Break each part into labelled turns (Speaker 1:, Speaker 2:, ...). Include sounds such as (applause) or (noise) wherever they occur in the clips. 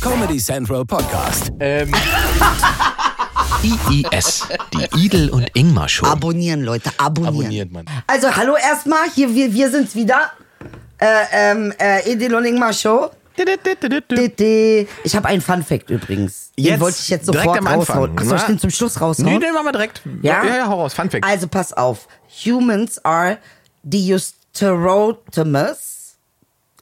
Speaker 1: Comedy Central Podcast.
Speaker 2: Ähm,
Speaker 3: IIS, die Idel und Ingmar Show.
Speaker 4: Abonnieren, Leute, abonnieren.
Speaker 2: abonniert man.
Speaker 4: Also, hallo erstmal, hier, wir, wir sind's wieder. Äh, ähm, äh, Edel und Ingmar Show. Didi. Ich habe einen Fun-Fact übrigens. Den
Speaker 2: Jetzt,
Speaker 4: wollte ich jetzt
Speaker 2: direkt
Speaker 4: sofort
Speaker 2: am Anfang,
Speaker 4: raushauen. Achso,
Speaker 2: ne?
Speaker 4: ich den zum Schluss
Speaker 2: Nee,
Speaker 4: raushauen.
Speaker 2: den machen wir direkt.
Speaker 4: Ja?
Speaker 2: ja, hau raus. Fun Fact.
Speaker 4: also, pass auf. Humans are deuterotomous.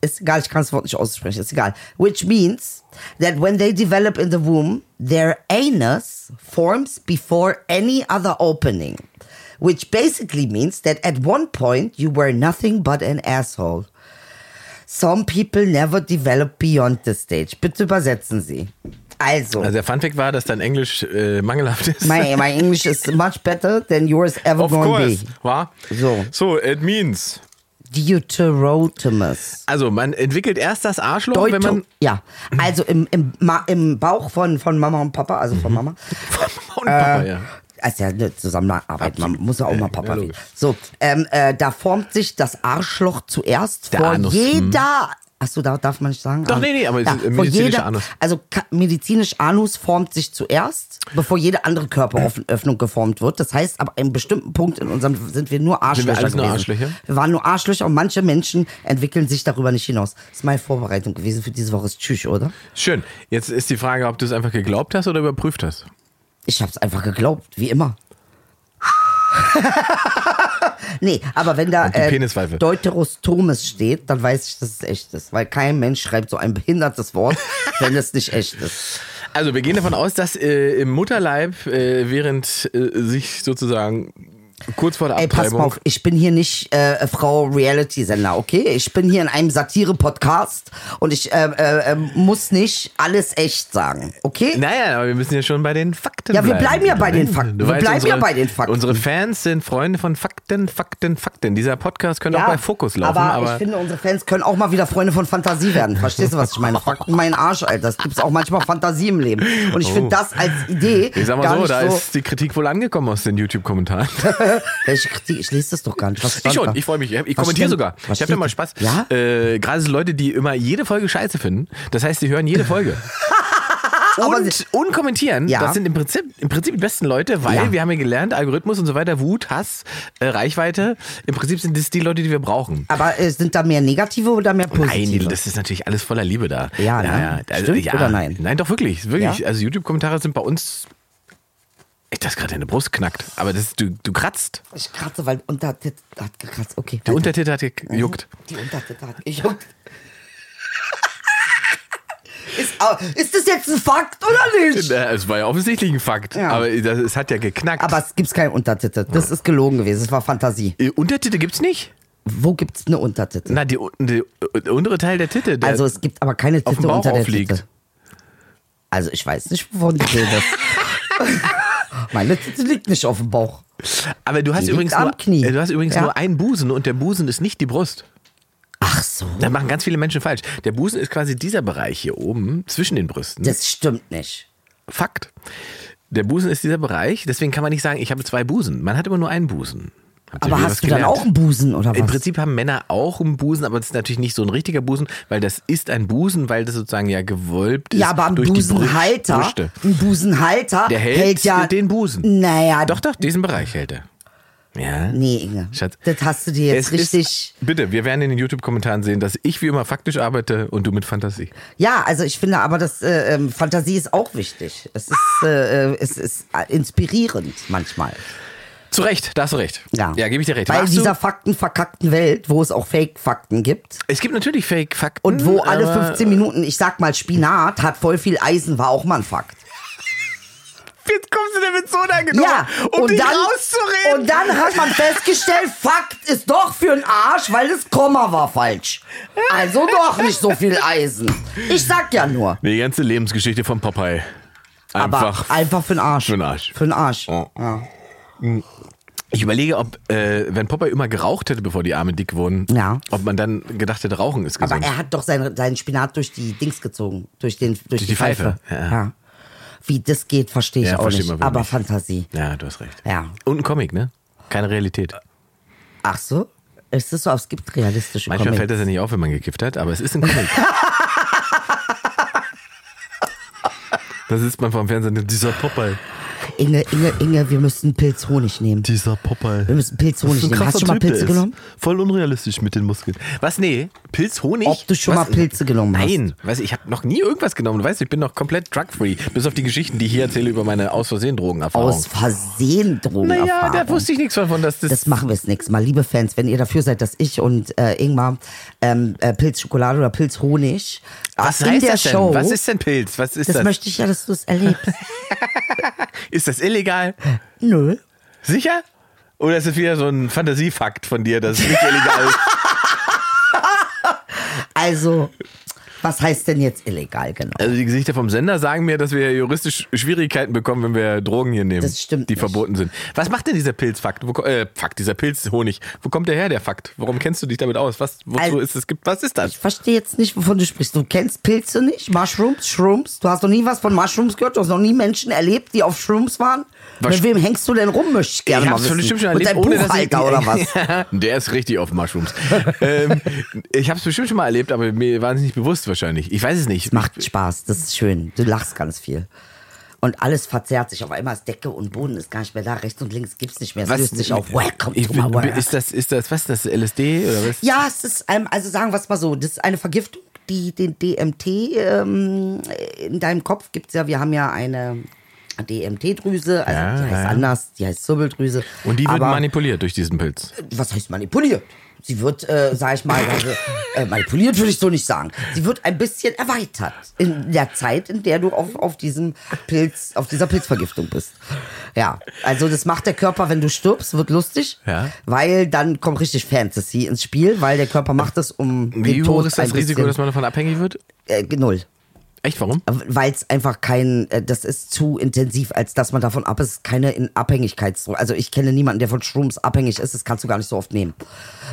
Speaker 4: Ist egal, ich kann das Wort nicht aussprechen, ist egal. Which means that when they develop in the womb, their anus forms before any other opening. Which basically means that at one point you were nothing but an asshole. Some people never develop beyond the stage. Bitte übersetzen Sie. Also.
Speaker 2: Also der Fun Fact war, dass dein Englisch äh, mangelhaft ist.
Speaker 4: My, my English is much better than yours
Speaker 2: (laughs)
Speaker 4: ever
Speaker 2: of
Speaker 4: going to
Speaker 2: course,
Speaker 4: be.
Speaker 2: war.
Speaker 4: So.
Speaker 2: So, it means.
Speaker 4: Deuterotomus.
Speaker 2: Also man entwickelt erst das Arschloch, Oh, wenn
Speaker 4: Deuto,
Speaker 2: man (laughs)
Speaker 4: ja, also im, im, Ma- im Bauch von, von Mama und Papa, also
Speaker 2: Mhm.
Speaker 4: von Mama.
Speaker 2: Mama und Papa, ja. Äh,
Speaker 4: Also ja, eine Zusammenarbeit, man muss ja auch mal Papa
Speaker 2: ja,
Speaker 4: reden.
Speaker 2: logisch.
Speaker 4: So, ähm, äh, da formt sich das Arschloch zuerst
Speaker 2: Der
Speaker 4: vor
Speaker 2: Anus, hm.
Speaker 4: jeder. Achso, da darf man nicht sagen.
Speaker 2: Doch,
Speaker 4: Anus.
Speaker 2: nee, nee, aber es ist ein
Speaker 4: vor
Speaker 2: medizinischer
Speaker 4: jeder,
Speaker 2: Anus.
Speaker 4: Also ka- medizinisch Anus formt sich zuerst, bevor jede andere Körperöffnung geformt wird. Das heißt, ab einem bestimmten Punkt in unserem sind wir nur Arschlöcher
Speaker 2: alles nur
Speaker 4: gewesen.
Speaker 2: Arschlöcher?
Speaker 4: Wir waren nur Arschlöcher und manche Menschen entwickeln sich darüber nicht hinaus. Das ist meine Vorbereitung gewesen für diese Woche. Ist Tschüss, oder?
Speaker 2: Schön. Jetzt ist die Frage, ob du es einfach geglaubt hast oder überprüft hast.
Speaker 4: Ich hab's einfach geglaubt, wie immer. (laughs) nee, aber wenn da
Speaker 2: Und die Penisweife.
Speaker 4: Deuterostomes steht, dann weiß ich, dass es echt ist. Weil kein Mensch schreibt so ein
Speaker 2: (laughs)
Speaker 4: behindertes Wort, wenn es nicht echt ist.
Speaker 2: Also wir gehen davon aus, dass äh, im Mutterleib, äh, während äh, sich sozusagen kurz vor der
Speaker 4: Ey, pass mal
Speaker 2: Abtreibung
Speaker 4: auf, ich bin hier nicht äh, Frau Reality-Sender, okay? Ich bin hier in einem Satire-Podcast und ich äh, äh, äh, muss nicht alles echt sagen, okay?
Speaker 2: Naja, aber wir müssen ja schon bei den Fakten
Speaker 4: Ja, wir
Speaker 2: bleiben.
Speaker 4: bleiben ja bei den Fakten. Wir bleiben ja bei den Fakten.
Speaker 2: Unsere Fans sind Freunde von Fakten, Fakten, Fakten. Dieser Podcast könnte auch bei Fokus laufen,
Speaker 4: aber,
Speaker 2: aber,
Speaker 4: ich finde, unsere Fans können auch mal wieder Freunde von Fantasie werden. Verstehst du, was ich
Speaker 2: (laughs)
Speaker 4: meine? Fakten meinen Arsch, Alter. Es gibt auch manchmal Fantasie im Leben. Und ich finde das als Idee
Speaker 2: Oh. ich sag mal
Speaker 4: gar
Speaker 2: so,
Speaker 4: nicht
Speaker 2: da
Speaker 4: so.
Speaker 2: ist die Kritik wohl angekommen aus den
Speaker 4: (laughs)
Speaker 2: YouTube-Kommentaren.
Speaker 4: Welche Kritik? Ich lese das doch gar nicht. Was
Speaker 2: Ich
Speaker 4: stand da?
Speaker 2: schon, ich freue mich. Ich
Speaker 4: Was
Speaker 2: kommentiere
Speaker 4: stimmt?
Speaker 2: sogar.
Speaker 4: Was
Speaker 2: Ich habe ja
Speaker 4: steht
Speaker 2: mal
Speaker 4: da?
Speaker 2: Spaß.
Speaker 4: Ja?
Speaker 2: Äh, Gerade so Leute, die immer jede Folge scheiße finden. Das heißt, sie hören jede Folge.
Speaker 4: (laughs) Ah, Aber
Speaker 2: Und, und kommentieren,
Speaker 4: Ja.
Speaker 2: das sind im Prinzip, im Prinzip die besten Leute, weil
Speaker 4: Ja.
Speaker 2: wir haben ja gelernt, Algorithmus und so weiter, Wut, Hass, äh, Reichweite, im Prinzip sind das die Leute, die wir brauchen.
Speaker 4: Aber äh, sind da mehr negative oder mehr
Speaker 2: Nein,
Speaker 4: positive?
Speaker 2: die- das ist natürlich alles voller Liebe da.
Speaker 4: Ja, ne? Stimmt oder nein?
Speaker 2: Nein, doch wirklich. wirklich.
Speaker 4: Ja?
Speaker 2: Also YouTube-Kommentare sind bei uns. Ich das gerade deine Brust knackt. Aber das, du, du kratzt.
Speaker 4: ich kratze, weil Untertit hat gekratzt. Okay.
Speaker 2: Der
Speaker 4: weiter.
Speaker 2: Untertitel hat
Speaker 4: Mhm.
Speaker 2: gejuckt.
Speaker 4: Die Untertit hat gejuckt. (laughs) ist, au- ist das jetzt ein Fakt oder nicht?
Speaker 2: Na, Es war ja offensichtlich ein Fakt.
Speaker 4: Ja.
Speaker 2: Aber das, es hat ja geknackt.
Speaker 4: Aber es gibt keinen Untertitel. Das ist gelogen gewesen. Das war Fantasie.
Speaker 2: Äh, Untertitel gibt's nicht.
Speaker 4: Wo gibt's eine Untertitel?
Speaker 2: Na, die, die, der untere Teil der Titel. Der
Speaker 4: Also es gibt aber keine
Speaker 2: auf
Speaker 4: Titel
Speaker 2: dem Bauch
Speaker 4: unter der
Speaker 2: aufliegt.
Speaker 4: Titel. Also ich weiß nicht, wovon du
Speaker 2: (laughs)
Speaker 4: redest. Meine Titel liegt nicht auf dem Bauch.
Speaker 2: aber du hast
Speaker 4: liegt
Speaker 2: übrigens,
Speaker 4: am
Speaker 2: nur,
Speaker 4: Knie.
Speaker 2: äh, Du hast übrigens
Speaker 4: Ja.
Speaker 2: nur einen Busen und der Busen ist nicht die Brust.
Speaker 4: Ach so,
Speaker 2: Das machen ganz viele Menschen falsch. Der Busen ist quasi dieser Bereich hier oben zwischen den Brüsten.
Speaker 4: das stimmt nicht.
Speaker 2: Fakt. Der Busen ist dieser Bereich, deswegen kann man nicht sagen, ich habe zwei Busen. Man hat immer nur einen Busen. Habt ihr
Speaker 4: Aber
Speaker 2: wieder was
Speaker 4: hast du dann
Speaker 2: gelernt?
Speaker 4: auch einen Busen oder was?
Speaker 2: Im Prinzip haben Männer auch einen Busen, aber das ist natürlich nicht so ein richtiger Busen, weil das ist ein Busen, weil das sozusagen ja gewölbt ist.
Speaker 4: ja, aber ein
Speaker 2: durch Die Brü-
Speaker 4: Busenhalter,
Speaker 2: Brüste.
Speaker 4: ein Busenhalter
Speaker 2: Der hält,
Speaker 4: ja
Speaker 2: den Busen.
Speaker 4: Naja,
Speaker 2: Doch, doch, diesen Bereich hält er. Ja.
Speaker 4: nee, Inge.
Speaker 2: Schatz.
Speaker 4: Das hast du dir jetzt
Speaker 2: Es ist-
Speaker 4: richtig.
Speaker 2: bitte, wir werden in den YouTube-Kommentaren sehen, dass ich wie immer faktisch arbeite und du mit Fantasie.
Speaker 4: Ja, also ich finde aber, dass äh, ähm, Fantasie ist auch wichtig. Es ist, äh, äh, es ist äh, inspirierend manchmal.
Speaker 2: Zu Recht, da hast du recht.
Speaker 4: Ja,
Speaker 2: ja gebe ich dir recht.
Speaker 4: Weil
Speaker 2: Machst du-
Speaker 4: dieser faktenverkackten Welt, wo es auch Fake-Fakten gibt
Speaker 2: es gibt natürlich Fake-Fakten.
Speaker 4: und wo alle
Speaker 2: Hm, aber-
Speaker 4: 15 Minuten, ich sag mal, Spinat hat voll viel Eisen, war auch mal ein Fakt.
Speaker 2: Jetzt kommst du denn mit so einer Nummer,
Speaker 4: Ja,
Speaker 2: um
Speaker 4: und,
Speaker 2: dich
Speaker 4: dann,
Speaker 2: rauszureden.
Speaker 4: und dann hat man
Speaker 2: (laughs)
Speaker 4: festgestellt, Fakt ist doch für einen Arsch, weil das Komma war falsch. Also doch nicht so viel Eisen. Ich sag ja nur.
Speaker 2: die ganze Lebensgeschichte von Popeye. Einfach.
Speaker 4: Aber einfach für den Arsch.
Speaker 2: für den Arsch. Oh,
Speaker 4: Für den Arsch.
Speaker 2: Ja.
Speaker 4: Ja.
Speaker 2: ich überlege, ob, äh, wenn Popeye immer geraucht hätte, bevor die Arme dick wurden,
Speaker 4: Ja.
Speaker 2: ob man dann gedacht hätte, Rauchen ist
Speaker 4: Aber
Speaker 2: gesund.
Speaker 4: er hat doch seinen, seinen Spinat durch die Dings gezogen. Durch, den, durch die,
Speaker 2: die
Speaker 4: Pfeife.
Speaker 2: Pfeife,
Speaker 4: Ja.
Speaker 2: ja.
Speaker 4: Wie das geht, verstehe ich
Speaker 2: Ja,
Speaker 4: auch
Speaker 2: versteht
Speaker 4: nicht.
Speaker 2: man wieder
Speaker 4: Aber
Speaker 2: nicht.
Speaker 4: Fantasie.
Speaker 2: ja, du hast recht.
Speaker 4: Ja.
Speaker 2: Und ein Comic, ne? Keine Realität.
Speaker 4: Ach so? Ist das so? Es gibt realistische
Speaker 2: Manchmal
Speaker 4: Comic. (laughs)
Speaker 2: fällt das ja nicht auf, wenn man gekifft hat, aber es ist ein Comic. Da sitzt man vor dem Fernseher, dieser Popeye.
Speaker 4: Inge, Inge, Inge, wir müssen Pilzhonig nehmen.
Speaker 2: Dieser Popeye.
Speaker 4: Wir müssen Pilzhonig nehmen. Hast du schon mal Pilze genommen?
Speaker 2: Voll unrealistisch mit den Muskeln. Was, nee? Pilzhonig?
Speaker 4: Ob du schon
Speaker 2: Was?
Speaker 4: mal Pilze genommen hast?
Speaker 2: Nein, weiß ich habe noch nie irgendwas genommen. Du weißt, ich bin noch komplett drug-free. Bis auf die Geschichten, die ich hier erzähle über meine aus Versehen Drogenerfahrung.
Speaker 4: Aus Versehen Drogenerfahrung.
Speaker 2: naja, da wusste ich nichts davon, dass das,
Speaker 4: Das machen wir das nächste Mal. Liebe Fans, wenn ihr dafür seid, dass ich und äh, Ingmar ähm, äh, Pilzschokolade oder Pilzhonig
Speaker 2: Was
Speaker 4: in
Speaker 2: heißt
Speaker 4: der
Speaker 2: das denn?
Speaker 4: Show.
Speaker 2: Was ist denn Pilz? Was ist
Speaker 4: das,
Speaker 2: das?
Speaker 4: möchte ich ja, dass du es erlebst.
Speaker 2: (laughs) Ist das illegal?
Speaker 4: Nö.
Speaker 2: Sicher? Oder ist das wieder so ein Fantasiefakt von dir, dass es nicht illegal ist?
Speaker 4: Also, was heißt denn jetzt illegal genau?
Speaker 2: Also die Gesichter vom Sender sagen mir, dass wir juristisch Schwierigkeiten bekommen, wenn wir Drogen hier nehmen.
Speaker 4: Das stimmt
Speaker 2: Die
Speaker 4: nicht.
Speaker 2: verboten sind. Was macht denn dieser Pilzfakt? Wo, ko- äh, Fakt, dieser Pilzhonig. Wo kommt der her, der Fakt? Warum kennst du dich damit aus? Was, wozu
Speaker 4: Also-
Speaker 2: ist es? gibt- Was ist das?
Speaker 4: Ich verstehe jetzt nicht, wovon du sprichst. Du kennst Pilze nicht, Mushrooms, Shrooms. Du hast noch nie was von Mushrooms gehört. Du hast noch nie Menschen erlebt, die auf Shrooms waren.
Speaker 2: Wasch-
Speaker 4: Mit wem hängst du denn rum, möchte ich gerne
Speaker 2: Ich
Speaker 4: mal
Speaker 2: hab's
Speaker 4: wissen.
Speaker 2: bestimmt schon
Speaker 4: Mit
Speaker 2: erlebt,
Speaker 4: deinem
Speaker 2: ohne dass ich,
Speaker 4: Buchhalter oder was?
Speaker 2: (laughs) Der ist richtig auf Mushrooms. (laughs) ähm, ich habe es bestimmt schon mal erlebt, aber mir war es nicht bewusst wahrscheinlich. Ich weiß es nicht.
Speaker 4: Macht Spaß, das ist schön. Du lachst ganz viel. Und alles verzerrt sich. Auf einmal ist Decke und Boden ist gar nicht mehr da. Rechts und links gibt's nicht mehr. Es löst sich auf. Welcome
Speaker 2: ich,
Speaker 4: to my world.
Speaker 2: Ist das, ist das, was ist das, LSD oder was?
Speaker 4: Ja, es ist, ähm, also sagen wir es mal so, das ist eine Vergiftung, die den DMT ähm, in deinem Kopf gibt's ja, wir haben ja eine DMT-Drüse, also
Speaker 2: Ja,
Speaker 4: die heißt
Speaker 2: ja.
Speaker 4: anders, die heißt Zirbeldrüse.
Speaker 2: Und die wird
Speaker 4: Aber-
Speaker 2: manipuliert durch diesen Pilz.
Speaker 4: was heißt manipuliert? Sie wird, äh, sag ich mal, also, äh, manipuliert würde ich so nicht sagen. Sie wird ein bisschen erweitert in der Zeit, in der du auf, auf diesem Pilz, auf dieser Pilzvergiftung bist. Ja, also das macht der Körper, wenn du stirbst, wird lustig,
Speaker 2: Ja.
Speaker 4: weil dann kommt richtig Fantasy ins Spiel, weil der Körper macht das um
Speaker 2: Wie
Speaker 4: den
Speaker 2: hoch
Speaker 4: Tod
Speaker 2: ist das
Speaker 4: ein
Speaker 2: Risiko, dass
Speaker 4: bisschen,
Speaker 2: man davon abhängig wird?
Speaker 4: äh, null
Speaker 2: Echt, warum?
Speaker 4: weil es einfach kein, äh, das ist zu intensiv, als dass man davon ab ist, keine in Abhängigkeitsdroge. Also ich kenne niemanden, der von Shrooms abhängig ist, das kannst du gar nicht so oft nehmen.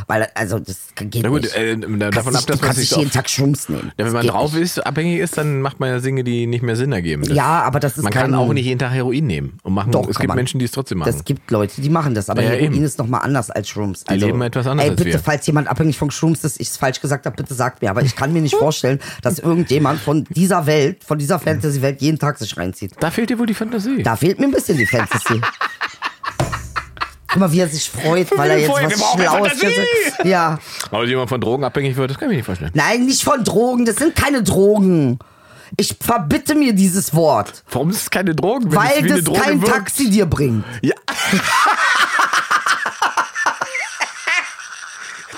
Speaker 4: Weil, also das geht
Speaker 2: Na gut,
Speaker 4: nicht.
Speaker 2: äh,
Speaker 4: Du
Speaker 2: da- davon
Speaker 4: kannst
Speaker 2: ab,
Speaker 4: nicht,
Speaker 2: dass
Speaker 4: du
Speaker 2: man
Speaker 4: kannst
Speaker 2: sich
Speaker 4: nicht
Speaker 2: auf,
Speaker 4: jeden Tag Shrooms nehmen.
Speaker 2: Ja, wenn
Speaker 4: Das
Speaker 2: man
Speaker 4: geht
Speaker 2: drauf
Speaker 4: nicht.
Speaker 2: ist, abhängig ist, dann macht man ja Dinge, die nicht mehr Sinn ergeben. Das-
Speaker 4: Ja, aber das ist
Speaker 2: Man kann
Speaker 4: kein-
Speaker 2: auch nicht jeden Tag Heroin nehmen und machen.
Speaker 4: Doch,
Speaker 2: es
Speaker 4: kann
Speaker 2: gibt
Speaker 4: man.
Speaker 2: Menschen, die es trotzdem machen.
Speaker 4: Das gibt Leute, die machen das, aber
Speaker 2: Ja, ja,
Speaker 4: Heroin
Speaker 2: eben.
Speaker 4: ist nochmal anders als Shrooms. Die
Speaker 2: leben etwas anders
Speaker 4: Ey,
Speaker 2: als
Speaker 4: bitte,
Speaker 2: wir.
Speaker 4: falls jemand abhängig von Shrooms ist, ich es falsch gesagt habe, bitte sagt mir. Aber ich kann
Speaker 2: (laughs)
Speaker 4: mir nicht vorstellen, dass irgendjemand von dieser Welt, von dieser Fantasy-Welt jeden Tag sich reinzieht.
Speaker 2: da fehlt dir wohl die Fantasie.
Speaker 4: Da fehlt mir ein bisschen die Fantasy. Guck mal, wie er sich freut, weil er jetzt
Speaker 2: Freut, wir
Speaker 4: was
Speaker 2: brauchen
Speaker 4: Schlaues
Speaker 2: Fantasie!
Speaker 4: gesagt- Ja.
Speaker 2: Aber dass jemand von Drogen abhängig wird, das kann ich mir nicht vorstellen.
Speaker 4: Nein, nicht von Drogen. Das sind keine Drogen. Ich verbitte mir dieses Wort,
Speaker 2: Warum ist es keine Drogen? wenn es
Speaker 4: weil
Speaker 2: wie eine
Speaker 4: das
Speaker 2: Droge
Speaker 4: kein
Speaker 2: wirkt?
Speaker 4: Taxi dir bringt.
Speaker 2: Ja.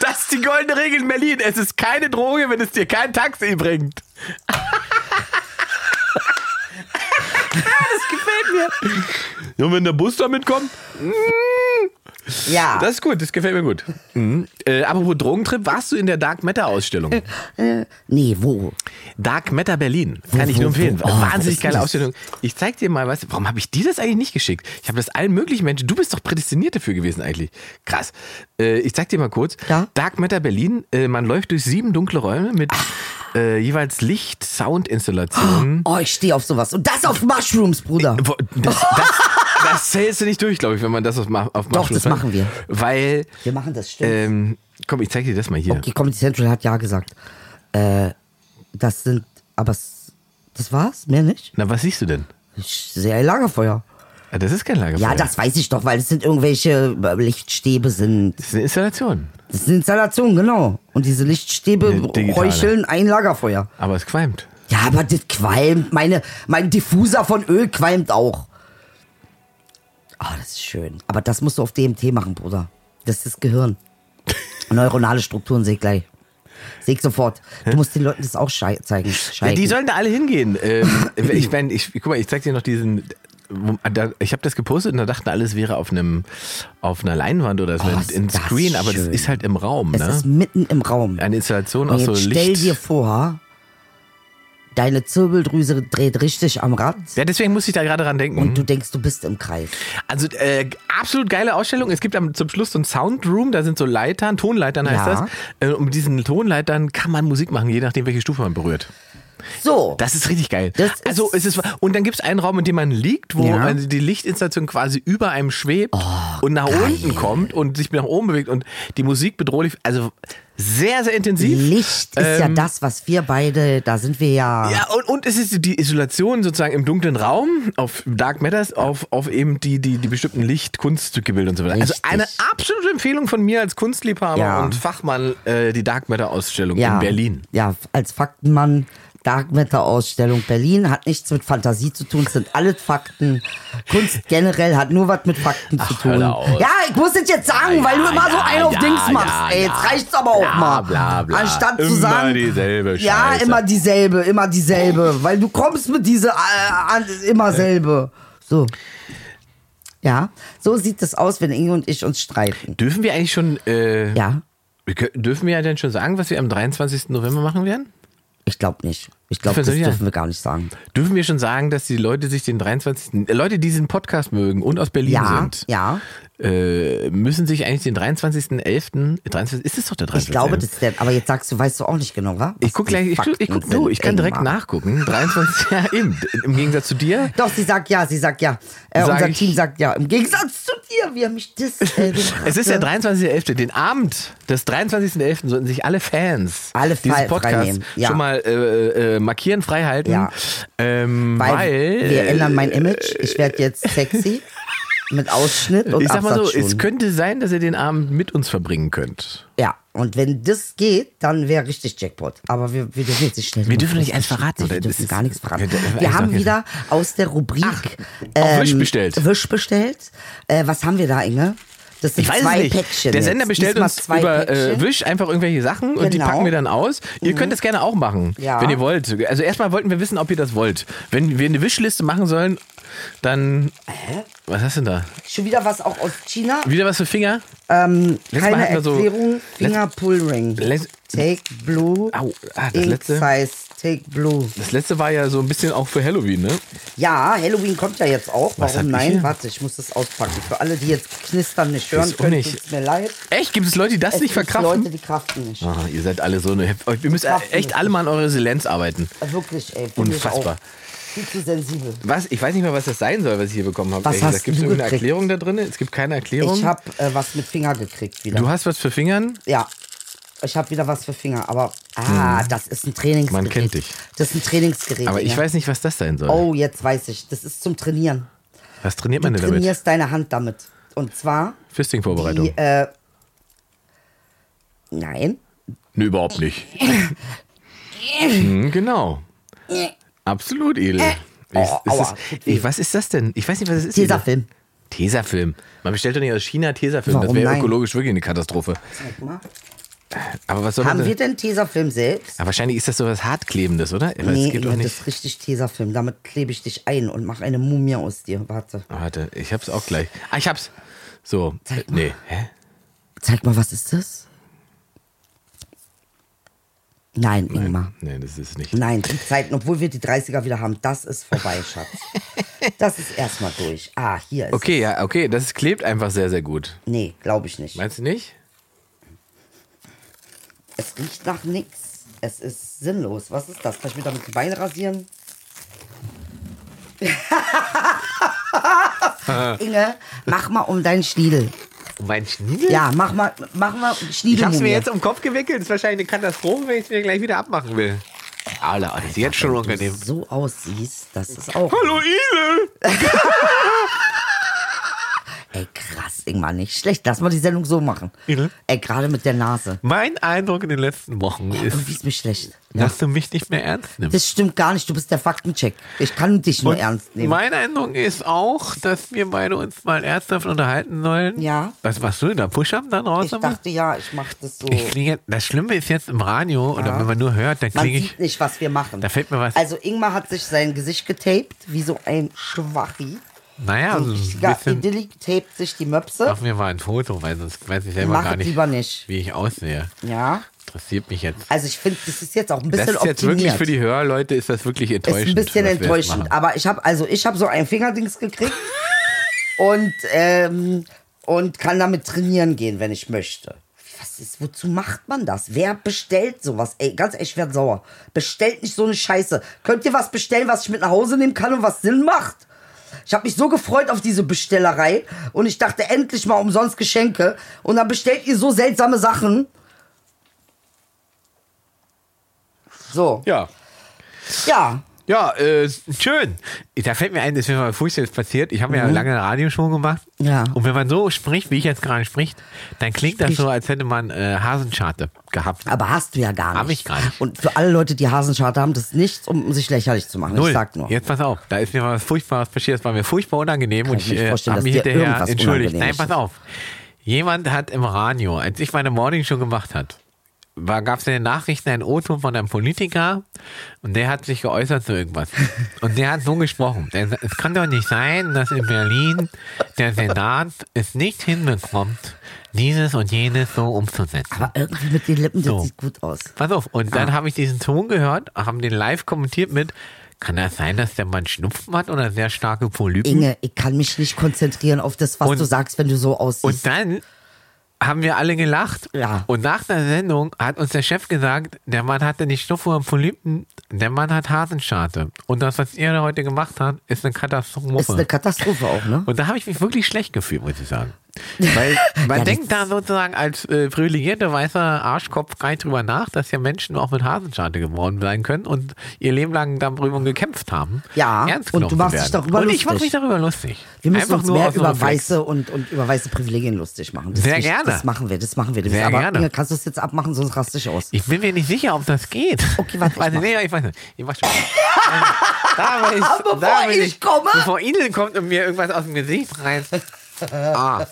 Speaker 2: Das ist die goldene Regel in Berlin. Es ist keine Droge, wenn es dir kein Taxi bringt. das gefällt mir. Ja, und wenn der Bus damit kommt,
Speaker 4: Ja.
Speaker 2: das ist gut, das gefällt mir gut. Mhm. Äh, apropos Drogentrip, warst du in der Dark Matter Ausstellung?
Speaker 4: nee, wo?
Speaker 2: Dark Matter Berlin. Kann ich nur empfehlen.
Speaker 4: wo- oh, wo
Speaker 2: Wahnsinnig
Speaker 4: ist denn
Speaker 2: geile
Speaker 4: das?
Speaker 2: Ausstellung. Ich zeig dir mal, weißt du, warum habe ich dir das eigentlich nicht geschickt? Ich habe das allen möglichen Menschen. Du bist doch prädestiniert dafür gewesen eigentlich. Krass. Äh, ich zeig dir mal kurz.
Speaker 4: Ja.
Speaker 2: Dark Matter Berlin. Äh, man läuft durch sieben dunkle Räume mit
Speaker 4: Ah.
Speaker 2: äh, jeweils Licht, Soundinstallationen.
Speaker 4: Oh, ich stehe auf sowas. Und das auf Mushrooms, Bruder.
Speaker 2: Wo- Das, das, das zählst du nicht durch, glaube ich, wenn man das auf, Ma- auf
Speaker 4: Doch,
Speaker 2: Mushrooms
Speaker 4: das machen wir.
Speaker 2: Weil,
Speaker 4: Wir machen das, stimmt.
Speaker 2: ähm, komm, ich zeig dir das mal hier.
Speaker 4: Okay, Comedy Central hat ja gesagt. Äh, das sind, aber s- das war's? Mehr nicht?
Speaker 2: Na, was siehst du denn?
Speaker 4: Ich sehe ein Lagerfeuer.
Speaker 2: Ah, Das ist kein Lagerfeuer.
Speaker 4: Ja, das weiß ich doch, weil es sind irgendwelche äh, Lichtstäbe sind.
Speaker 2: das ist eine Installation.
Speaker 4: Das ist eine Installation, genau. Und diese Lichtstäbe
Speaker 2: Eine digitale.
Speaker 4: räucheln ein Lagerfeuer.
Speaker 2: Aber es qualmt.
Speaker 4: Ja, aber das qualmt. Meine, mein Diffuser von Öl qualmt auch. Ah, das ist schön. Aber das musst du auf DMT machen, Bruder. Das ist
Speaker 2: (laughs)
Speaker 4: das Gehirn. Neuronale Strukturen sehe ich gleich. Sehe ich sofort. Du musst den Leuten das auch schei- zeigen.
Speaker 2: Ja,
Speaker 4: Scheiken.
Speaker 2: die sollen da alle hingehen.
Speaker 4: (clears throat)
Speaker 2: Ähm, ich mein, ich, guck mal, ich zeig dir noch diesen. wo- ah, da- Ich habe das gepostet und da dachten alles wäre auf einem auf einer Leinwand oder so
Speaker 4: Oh,
Speaker 2: ein
Speaker 4: ist
Speaker 2: ein
Speaker 4: das
Speaker 2: Screen, aber das
Speaker 4: schön.
Speaker 2: ist halt im Raum,
Speaker 4: es
Speaker 2: ne?
Speaker 4: ist mitten im Raum.
Speaker 2: Eine Installation
Speaker 4: Und
Speaker 2: aus
Speaker 4: jetzt
Speaker 2: so
Speaker 4: stell
Speaker 2: Licht.
Speaker 4: dir vor, deine Zirbeldrüse dreht richtig am Rad.
Speaker 2: ja, deswegen muss ich da gerade dran denken.
Speaker 4: Du denkst, du bist im Kreis.
Speaker 2: Also äh, absolut geile Ausstellung. Es gibt am, zum Schluss so ein Soundroom, da sind so Leitern, Tonleitern heißt
Speaker 4: Ja.
Speaker 2: das. Äh, und mit diesen Tonleitern kann man Musik machen, je nachdem, welche Stufe man berührt.
Speaker 4: So.
Speaker 2: Das ist richtig geil.
Speaker 4: Das ist-
Speaker 2: also es ist und dann gibt es einen Raum, in dem man liegt, wo
Speaker 4: Ja. Oh,
Speaker 2: also die Lichtinstallation quasi über einem schwebt und nach unten kommt und sich nach oben bewegt und die Musik bedrohlich. Also Sehr, sehr intensiv.
Speaker 4: Licht ist ja das, was wir beide, da sind wir ja.
Speaker 2: ähm, Ja, und, und es ist die Isolation sozusagen im dunklen Raum, auf Dark Matters, auf, auf eben die, die, die bestimmten Lichtkunstgebilde und so weiter. Also
Speaker 4: Richtig.
Speaker 2: eine absolute Empfehlung von mir als Kunstliebhaber
Speaker 4: Ja.
Speaker 2: und Fachmann, äh, die Dark Matter-Ausstellung
Speaker 4: ja,
Speaker 2: in Berlin.
Speaker 4: Ja, als Faktenmann, Dark Matter Ausstellung Berlin hat nichts mit Fantasie zu tun, es sind alles Fakten. Kunst generell hat nur was mit Fakten zu
Speaker 2: hör
Speaker 4: tun.
Speaker 2: da auf.
Speaker 4: Ja, ich muss es jetzt sagen,
Speaker 2: Ja,
Speaker 4: weil du
Speaker 2: ja,
Speaker 4: immer so
Speaker 2: ja,
Speaker 4: einen auf
Speaker 2: ja,
Speaker 4: Dings
Speaker 2: ja,
Speaker 4: machst. Ey,
Speaker 2: ja.
Speaker 4: jetzt reicht's aber auch
Speaker 2: Bla,
Speaker 4: mal.
Speaker 2: bla, bla.
Speaker 4: Anstatt zu
Speaker 2: Immer
Speaker 4: sagen.
Speaker 2: dieselbe
Speaker 4: Ja,
Speaker 2: Scheiße.
Speaker 4: immer dieselbe, immer dieselbe. Weil du kommst mit dieser äh, an- immer selbe. So. Ja, so sieht es aus, wenn Inge und ich uns streiten.
Speaker 2: Dürfen wir eigentlich schon, äh,
Speaker 4: Ja,
Speaker 2: wir kö- dürfen wir ja denn schon sagen, was wir am 23. November machen werden?
Speaker 4: ich glaube nicht. Ich glaube, das
Speaker 2: Versuch, ja.
Speaker 4: dürfen wir gar nicht sagen.
Speaker 2: Dürfen wir schon sagen, dass die Leute sich den 23. Äh, Leute, die diesen Podcast mögen und aus Berlin
Speaker 4: Ja,
Speaker 2: sind,
Speaker 4: ja.
Speaker 2: äh, müssen sich eigentlich den 23.11. 23, ist es doch der 23.11.?
Speaker 4: Ich glaube, das ist der, aber jetzt sagst du, weißt du auch nicht genau, wa? Was
Speaker 2: Ich guck
Speaker 4: die
Speaker 2: gleich, ich, guck- ich,
Speaker 4: Fakten
Speaker 2: guck, du,
Speaker 4: sind,
Speaker 2: ich kann direkt
Speaker 4: Ingmar.
Speaker 2: nachgucken. 23, ja eben, im Gegensatz zu dir.
Speaker 4: Doch, sie sagt ja, sie sagt ja. Äh,
Speaker 2: Sag
Speaker 4: unser
Speaker 2: ich-
Speaker 4: Team sagt ja. Im Gegensatz zu dir, wie er mich disst. Äh,
Speaker 2: (laughs) Es ist der 23.11., den Abend des 23.11. sollten sich alle Fans
Speaker 4: Alle
Speaker 2: dieses
Speaker 4: frei-
Speaker 2: Podcasts
Speaker 4: freinehmen, ja.
Speaker 2: schon mal äh, äh, markieren, frei halten.
Speaker 4: Ja.
Speaker 2: Ähm, weil,
Speaker 4: weil, wir
Speaker 2: äh,
Speaker 4: ändern mein Image. Ich werde jetzt
Speaker 2: (laughs)
Speaker 4: sexy mit Ausschnitt und
Speaker 2: ich sag mal so,
Speaker 4: Absatzschuhen.
Speaker 2: es könnte sein, dass ihr den Abend mit uns verbringen könnt.
Speaker 4: Ja, und wenn das geht, dann wäre richtig Jackpot. Aber wir, wir dürfen jetzt nicht schnell.
Speaker 2: Wir dürfen nicht alles verraten, oder?
Speaker 4: Wir
Speaker 2: Das
Speaker 4: dürfen
Speaker 2: ist-
Speaker 4: gar nichts verraten.
Speaker 2: wir dürfen
Speaker 4: Wir
Speaker 2: alles
Speaker 4: haben
Speaker 2: noch-
Speaker 4: wieder aus der Rubrik ähm,
Speaker 2: auch Wisch bestellt.
Speaker 4: Wisch bestellt. Äh, was haben wir da, Inge? Das sind
Speaker 2: Ich weiß
Speaker 4: zwei
Speaker 2: es nicht.
Speaker 4: Päckchen.
Speaker 2: Der Sender
Speaker 4: jetzt.
Speaker 2: bestellt
Speaker 4: Diesmal
Speaker 2: uns
Speaker 4: zwei
Speaker 2: über äh,
Speaker 4: Päckchen.
Speaker 2: Wish einfach irgendwelche Sachen und die
Speaker 4: Genau. Mhm.
Speaker 2: packen wir dann aus. Ihr könnt das gerne auch machen,
Speaker 4: Ja.
Speaker 2: wenn ihr wollt. Also erstmal wollten wir wissen, ob ihr das wollt. Wenn wir eine Wishliste machen sollen, dann. Was hast du denn da?
Speaker 4: Schon wieder was auch aus China.
Speaker 2: Wieder was für Finger?
Speaker 4: Ähm,
Speaker 2: Letztes Mal
Speaker 4: keine
Speaker 2: hatten wir so-
Speaker 4: Erklärung. Finger Pull Ring.
Speaker 2: Letz-
Speaker 4: Take Blue.
Speaker 2: Au, ah, das
Speaker 4: Ink
Speaker 2: letzte-
Speaker 4: Size. Take Blue.
Speaker 2: Das letzte war ja so ein bisschen auch für Halloween, ne?
Speaker 4: Ja, Halloween kommt ja jetzt auch.
Speaker 2: Was
Speaker 4: Warum
Speaker 2: hab ich hier?
Speaker 4: nein? Warte, ich muss das auspacken. Für alle, die jetzt knistern, nicht hören
Speaker 2: auch
Speaker 4: können,
Speaker 2: nicht.
Speaker 4: tut's mir leid.
Speaker 2: Echt? Gibt es Leute, die das
Speaker 4: Es
Speaker 2: nicht
Speaker 4: gibt
Speaker 2: verkraften?
Speaker 4: Leute, die kraften nicht.
Speaker 2: Ah, ihr seid alle so eine. Hef- Ihr müsst
Speaker 4: Kraften
Speaker 2: echt
Speaker 4: nicht.
Speaker 2: alle mal an eurer Resilienz arbeiten.
Speaker 4: Also Wirklich, ey. Bin Ich
Speaker 2: Unfassbar.
Speaker 4: auch viel zu sensibel.
Speaker 2: Was? Ich weiß nicht mal, was das sein soll, was ich hier bekommen habe.
Speaker 4: Was
Speaker 2: Ehrlich gesagt.
Speaker 4: hast
Speaker 2: Gibt's
Speaker 4: du
Speaker 2: irgendeine
Speaker 4: gekriegt?
Speaker 2: Erklärung da drin? Es gibt keine Erklärung.
Speaker 4: Ich habe äh, was mit Finger gekriegt wieder.
Speaker 2: du hast was für Fingern?
Speaker 4: ja. Ich habe wieder was für Finger, aber ah, das ist ein Trainingsgerät.
Speaker 2: Mhm. Man kennt dich.
Speaker 4: Das ist ein Trainingsgerät.
Speaker 2: Aber ich
Speaker 4: ja.
Speaker 2: weiß nicht, was das sein soll.
Speaker 4: Oh, jetzt weiß ich. Das ist zum Trainieren.
Speaker 2: Was trainiert
Speaker 4: Du
Speaker 2: man denn damit?
Speaker 4: trainierst deine Hand damit. Und zwar
Speaker 2: Fisting-Vorbereitung?
Speaker 4: die, äh, nein,
Speaker 2: nee, überhaupt
Speaker 4: (laughs)
Speaker 2: nicht. Hm, genau. Absolut edel. Ich, ist
Speaker 4: Äh, oh, aua,
Speaker 2: das,
Speaker 4: tut weh.
Speaker 2: ich, was ist das denn? Ich weiß nicht, was es ist.
Speaker 4: Tesafilm.
Speaker 2: Tesafilm. Man bestellt doch nicht aus China Tesafilm.
Speaker 4: Warum
Speaker 2: das wäre
Speaker 4: nein?
Speaker 2: ökologisch wirklich eine Katastrophe.
Speaker 4: Zeig mal.
Speaker 2: Aber was soll man
Speaker 4: Haben
Speaker 2: denn?
Speaker 4: wir denn Tesafilm selbst?
Speaker 2: Aber wahrscheinlich ist das sowas Hartklebendes, oder? Weil es
Speaker 4: nee,
Speaker 2: gibt
Speaker 4: Inge,
Speaker 2: auch
Speaker 4: das
Speaker 2: nicht.
Speaker 4: ist richtig Tesafilm. Damit klebe ich dich ein und mache eine Mumie aus dir. Warte.
Speaker 2: Warte, ich hab's auch gleich. Ah, ich hab's. So.
Speaker 4: Zeig mal.
Speaker 2: nee. Hä?
Speaker 4: Zeig mal, was ist das? Nein, Ingmar.
Speaker 2: Nee, das ist nicht.
Speaker 4: Nein, die Zeiten, obwohl wir die 30er wieder haben, das ist vorbei,
Speaker 2: (laughs)
Speaker 4: Schatz. Das ist erstmal durch. Ah, hier ist.
Speaker 2: Okay, ja, okay. Das klebt einfach sehr, sehr gut.
Speaker 4: Nee, glaube ich nicht.
Speaker 2: Meinst du nicht?
Speaker 4: Es riecht nach nichts. Es ist sinnlos. Was ist das? Kann ich mir damit die Beine
Speaker 2: (laughs)
Speaker 4: rasieren? Inge, mach mal um deinen Schniedel.
Speaker 2: Mein Schniedel?
Speaker 4: Ja, mach mal, mach mal Schniedel.
Speaker 2: Ich hab's mir jetzt um den Kopf gewickelt. Ist wahrscheinlich eine Katastrophe, wenn ich es mir gleich wieder abmachen will. Alter, das ist jetzt schon unangenehm.
Speaker 4: so aussiehst, das ist auch.
Speaker 2: Hallo Ile!
Speaker 4: Ey, krass, Ingmar, nicht schlecht. Lass mal die Sendung so machen.
Speaker 2: Ingel?
Speaker 4: Ey, gerade mit der Nase.
Speaker 2: Mein Eindruck in den letzten Wochen
Speaker 4: Du
Speaker 2: ist,
Speaker 4: wies mich schlecht.
Speaker 2: dass du mich nicht mehr ernst nimmst.
Speaker 4: Das stimmt gar nicht. Du bist der Faktencheck. Ich kann dich nur
Speaker 2: Und
Speaker 4: ernst nehmen.
Speaker 2: Mein Eindruck ist auch, dass wir beide uns mal ernsthaft unterhalten sollen.
Speaker 4: Ja.
Speaker 2: Was machst du denn da? Push-Up dann raus?
Speaker 4: Ich dachte ja, ich mach das so.
Speaker 2: ich klinge, das Schlimme ist jetzt im Radio, oder wenn man nur hört, dann
Speaker 4: Man
Speaker 2: klinge ich.
Speaker 4: sieht nicht, was wir machen.
Speaker 2: Da fällt mir was-
Speaker 4: Also Ingmar hat sich sein Gesicht getaped, wie so ein Schwachi.
Speaker 2: Naja, so
Speaker 4: Also,
Speaker 2: ein
Speaker 4: ja,
Speaker 2: bisschen.
Speaker 4: Idylli tapet sich die Möpse.
Speaker 2: Mach mir mal ein Foto, weil sonst weiß ich selber
Speaker 4: Mach
Speaker 2: gar
Speaker 4: es
Speaker 2: nicht,
Speaker 4: lieber nicht.
Speaker 2: wie ich aussehe.
Speaker 4: Ja.
Speaker 2: Interessiert mich jetzt.
Speaker 4: Also ich finde, das ist jetzt auch ein
Speaker 2: Das
Speaker 4: bisschen
Speaker 2: ist jetzt
Speaker 4: optimiert.
Speaker 2: wirklich für die Hörerleute ist das wirklich enttäuschend.
Speaker 4: ist ein
Speaker 2: was
Speaker 4: bisschen
Speaker 2: wir jetzt
Speaker 4: enttäuschend.
Speaker 2: machen.
Speaker 4: Aber ich habe also ich habe so ein Fingerdings gekriegt
Speaker 2: (laughs)
Speaker 4: und ähm, und kann damit trainieren gehen, wenn ich möchte. Was ist, wozu macht man das? Wer bestellt sowas? Ey, ganz ehrlich, ich werd sauer. Bestellt nicht so eine Scheiße. Könnt ihr was bestellen, was ich mit nach Hause nehmen kann und was Sinn macht? Ich habe mich so gefreut auf diese Bestellerei und ich dachte endlich mal umsonst Geschenke und dann bestellt ihr so seltsame Sachen. So.
Speaker 2: Ja.
Speaker 4: Ja.
Speaker 2: Ja, äh, schön. Da fällt mir ein, das ist mir mal furchtbar passiert. Ich habe ja lange Radioshow gemacht.
Speaker 4: Mhm. Ja.
Speaker 2: Und wenn man so spricht, wie ich jetzt gerade spricht, dann klingt das so, als hätte man äh, Hasenscharte gehabt.
Speaker 4: Aber hast du ja gar nicht.
Speaker 2: Hab ich gar nicht.
Speaker 4: Und für alle Leute, die Hasenscharte haben, das ist nichts, um sich lächerlich zu machen. Ich sag nur.
Speaker 2: Jetzt pass auf, da ist mir mal was Furchtbares passiert. Das war mir furchtbar unangenehm und
Speaker 4: ich
Speaker 2: ich
Speaker 4: mir nicht
Speaker 2: äh,
Speaker 4: vorstellen,
Speaker 2: habe mich
Speaker 4: dass dir
Speaker 2: hinterher
Speaker 4: irgendwas
Speaker 2: entschuldigt. Nein,
Speaker 4: unangenehm
Speaker 2: pass
Speaker 4: ist.
Speaker 2: auf. Jemand hat im Radio, als ich meine Morning Show gemacht hat, gab es in den Nachrichten einen O-Ton von einem Politiker und der hat sich geäußert zu
Speaker 4: (laughs)
Speaker 2: irgendwas. Und der hat so gesprochen. Der, sa- es kann doch nicht sein, dass in Berlin der Senat es nicht hinbekommt, dieses und jenes so umzusetzen.
Speaker 4: Aber irgendwie mit den Lippen, das
Speaker 2: So.
Speaker 4: sieht gut aus.
Speaker 2: Pass auf, und
Speaker 4: Ah.
Speaker 2: dann habe ich diesen Ton gehört, haben den live kommentiert mit, kann das sein, dass der Mann Schnupfen hat oder sehr starke Polypen?
Speaker 4: Inge, ich kann mich nicht konzentrieren auf das, was
Speaker 2: Und-
Speaker 4: du sagst, wenn du so aussiehst.
Speaker 2: Und dann haben wir alle gelacht.
Speaker 4: Ja.
Speaker 2: Und nach der Sendung hat uns der Chef gesagt, der Mann hatte nicht Schnupfen und Polypen, der Mann hat Hasenscharte. Und das, was ihr heute gemacht habt, ist eine Katastrophe.
Speaker 4: ist eine Katastrophe auch, ne?
Speaker 2: Und da habe ich mich wirklich schlecht gefühlt, muss ich
Speaker 4: (laughs)
Speaker 2: sagen. Weil man
Speaker 4: Ja,
Speaker 2: denkt da sozusagen als äh, privilegierter weißer Arschkopf gar nicht drüber nach, dass ja Menschen auch mit Hasenscharte geworden sein können und ihr Leben lang darüber gekämpft haben.
Speaker 4: Ja,
Speaker 2: ernst
Speaker 4: und
Speaker 2: genommen
Speaker 4: du machst
Speaker 2: zu
Speaker 4: dich
Speaker 2: werden.
Speaker 4: darüber
Speaker 2: Und ich mache
Speaker 4: lustig.
Speaker 2: mich darüber lustig.
Speaker 4: Wir müssen uns mehr
Speaker 2: aus dem
Speaker 4: über
Speaker 2: Reflex.
Speaker 4: weiße und, und über weiße Privilegien lustig machen. Das ist
Speaker 2: Sehr
Speaker 4: wichtig.
Speaker 2: gerne.
Speaker 4: Das machen wir, das machen wir. Das
Speaker 2: Sehr
Speaker 4: aber
Speaker 2: gerne.
Speaker 4: Inge, kannst du es jetzt abmachen, sonst raste ich aus.
Speaker 2: Ich bin mir nicht sicher, ob das geht.
Speaker 4: Okay, warte, ich
Speaker 2: Also,
Speaker 4: mach.
Speaker 2: nee, ich weiß nicht. Ich mach
Speaker 4: (laughs)
Speaker 2: schon. da bin ich,
Speaker 4: Aber
Speaker 2: da
Speaker 4: bevor
Speaker 2: bin
Speaker 4: ich komme?
Speaker 2: Bevor Idel kommt und mir irgendwas aus dem Gesicht reißt. Ah.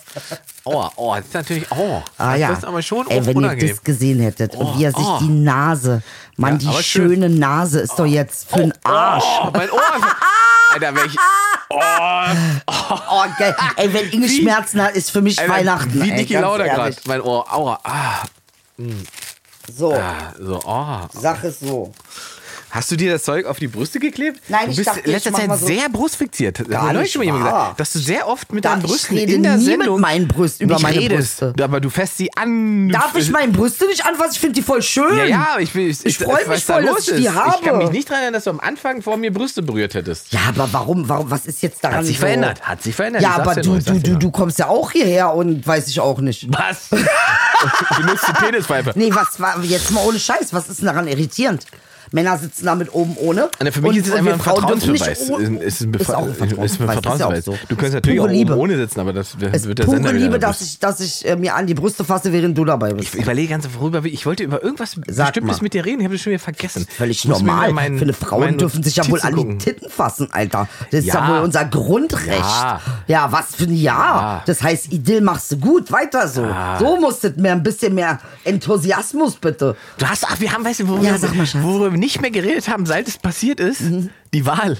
Speaker 2: Aua, aua, das ist natürlich, aua.
Speaker 4: Ah
Speaker 2: das
Speaker 4: ja.
Speaker 2: ist aber schon
Speaker 4: Ey, wenn ihr
Speaker 2: unangenehm.
Speaker 4: das gesehen hättet und
Speaker 2: Oh,
Speaker 4: wie er sich
Speaker 2: oh.
Speaker 4: die Nase, Mann,
Speaker 2: Ja,
Speaker 4: die
Speaker 2: aber schön.
Speaker 4: schöne Nase ist doch jetzt für den Arsch.
Speaker 2: Oh, mein Ohr.
Speaker 4: (laughs)
Speaker 2: ist- Alter, welch.
Speaker 4: Oh, geil. Ey, wenn Inge
Speaker 2: Wie-
Speaker 4: Schmerzen hat, ist für mich
Speaker 2: Alter,
Speaker 4: Weihnachten.
Speaker 2: Wie
Speaker 4: ey,
Speaker 2: Niki
Speaker 4: ganz
Speaker 2: Lauda gerade.
Speaker 4: ehrlich.
Speaker 2: Mein Ohr. Aua. Ah,
Speaker 4: So,
Speaker 2: so, oh.
Speaker 4: Sache ist so.
Speaker 2: Hast du dir das Zeug auf die Brüste geklebt?
Speaker 4: Nein,
Speaker 2: du
Speaker 4: ich
Speaker 2: bist
Speaker 4: dachte,
Speaker 2: in letzter
Speaker 4: ich mach
Speaker 2: Zeit
Speaker 4: mal so-
Speaker 2: sehr brustfixiert. Hat mir neulich
Speaker 4: nicht
Speaker 2: schon mal jemand
Speaker 4: wahr.
Speaker 2: gesagt, dass du sehr oft mit
Speaker 4: Da-
Speaker 2: deinen
Speaker 4: ich
Speaker 2: Brüsten
Speaker 4: rede
Speaker 2: in der
Speaker 4: nie mit
Speaker 2: Sendung
Speaker 4: meinen Brüsten über
Speaker 2: nicht
Speaker 4: meine
Speaker 2: redest,
Speaker 4: Brüste.
Speaker 2: aber du fässt sie an.
Speaker 4: Darf ich meine Brüste nicht anfassen? Ich finde die voll schön.
Speaker 2: Ja, ja, ich, bin- ich,
Speaker 4: Ich freu
Speaker 2: was
Speaker 4: mich
Speaker 2: da
Speaker 4: voll,
Speaker 2: los
Speaker 4: dass ich die
Speaker 2: ist. Ich kann
Speaker 4: habe.
Speaker 2: mich nicht daran erinnern, dass du am Anfang vor mir Brüste berührt hättest.
Speaker 4: Ja, aber warum, warum, was ist jetzt daran
Speaker 2: Hat sich
Speaker 4: so?
Speaker 2: verändert, hat sich verändert.
Speaker 4: Ja,
Speaker 2: Ich sag's
Speaker 4: aber
Speaker 2: dir
Speaker 4: du,
Speaker 2: nur, ich
Speaker 4: du,
Speaker 2: sag's dir
Speaker 4: du,
Speaker 2: nur.
Speaker 4: du kommst ja auch hierher und weiß ich auch nicht. (laughs)
Speaker 2: Was? du nutzt die Penispfeife.
Speaker 4: Nee, was war jetzt mal ohne Scheiß? Was ist denn daran irritierend? Männer sitzen damit oben ohne.
Speaker 2: Na, für mich
Speaker 4: und-
Speaker 2: ist es
Speaker 4: und
Speaker 2: einfach
Speaker 4: wir
Speaker 2: ein
Speaker 4: Frauen dürfen nicht
Speaker 2: Vertrauensbeweis.
Speaker 4: oh-
Speaker 2: Ist ein- Ist ein Befa-
Speaker 4: auch ein
Speaker 2: ist ein
Speaker 4: Vertrauensbeweis, das ist ja auch
Speaker 2: Vertrauensbeweis.
Speaker 4: so.
Speaker 2: Du
Speaker 4: Es ist
Speaker 2: könntest natürlich auch
Speaker 4: pure
Speaker 2: oben
Speaker 4: Liebe.
Speaker 2: ohne sitzen, aber das
Speaker 4: Es
Speaker 2: wird
Speaker 4: ist
Speaker 2: der Sender
Speaker 4: pure
Speaker 2: wieder
Speaker 4: Liebe,
Speaker 2: dann
Speaker 4: dass ich, dass ich äh, mir an die Brüste fasse, während du dabei bist.
Speaker 2: Ich überlege ganz worüber wir- ich wollte über irgendwas
Speaker 4: Sag
Speaker 2: Bestimmtes
Speaker 4: mal.
Speaker 2: mit dir reden, ich habe das schon wieder vergessen.
Speaker 4: Völlig
Speaker 2: Ich muss mir
Speaker 4: normal.
Speaker 2: wieder meinen-
Speaker 4: Für eine Frauen
Speaker 2: meinen
Speaker 4: dürfen sich ja wohl
Speaker 2: Notizen
Speaker 4: an die
Speaker 2: gucken.
Speaker 4: Titten fassen, Alter. Das ist ja,
Speaker 2: Ja.
Speaker 4: wohl unser Grundrecht.
Speaker 2: Ja.
Speaker 4: Ja, was für ein Ja.
Speaker 2: Ja.
Speaker 4: Das heißt, Idyll machst du gut, weiter so. So musst du mehr, ein bisschen mehr Enthusiasmus bitte.
Speaker 2: Du hast, ach, wir haben, weißt du, worüber,
Speaker 4: Ja, sag mal, Schatz.
Speaker 2: worüber wir nicht mehr geredet haben, seit es passiert ist,
Speaker 4: Mhm.
Speaker 2: die Wahl.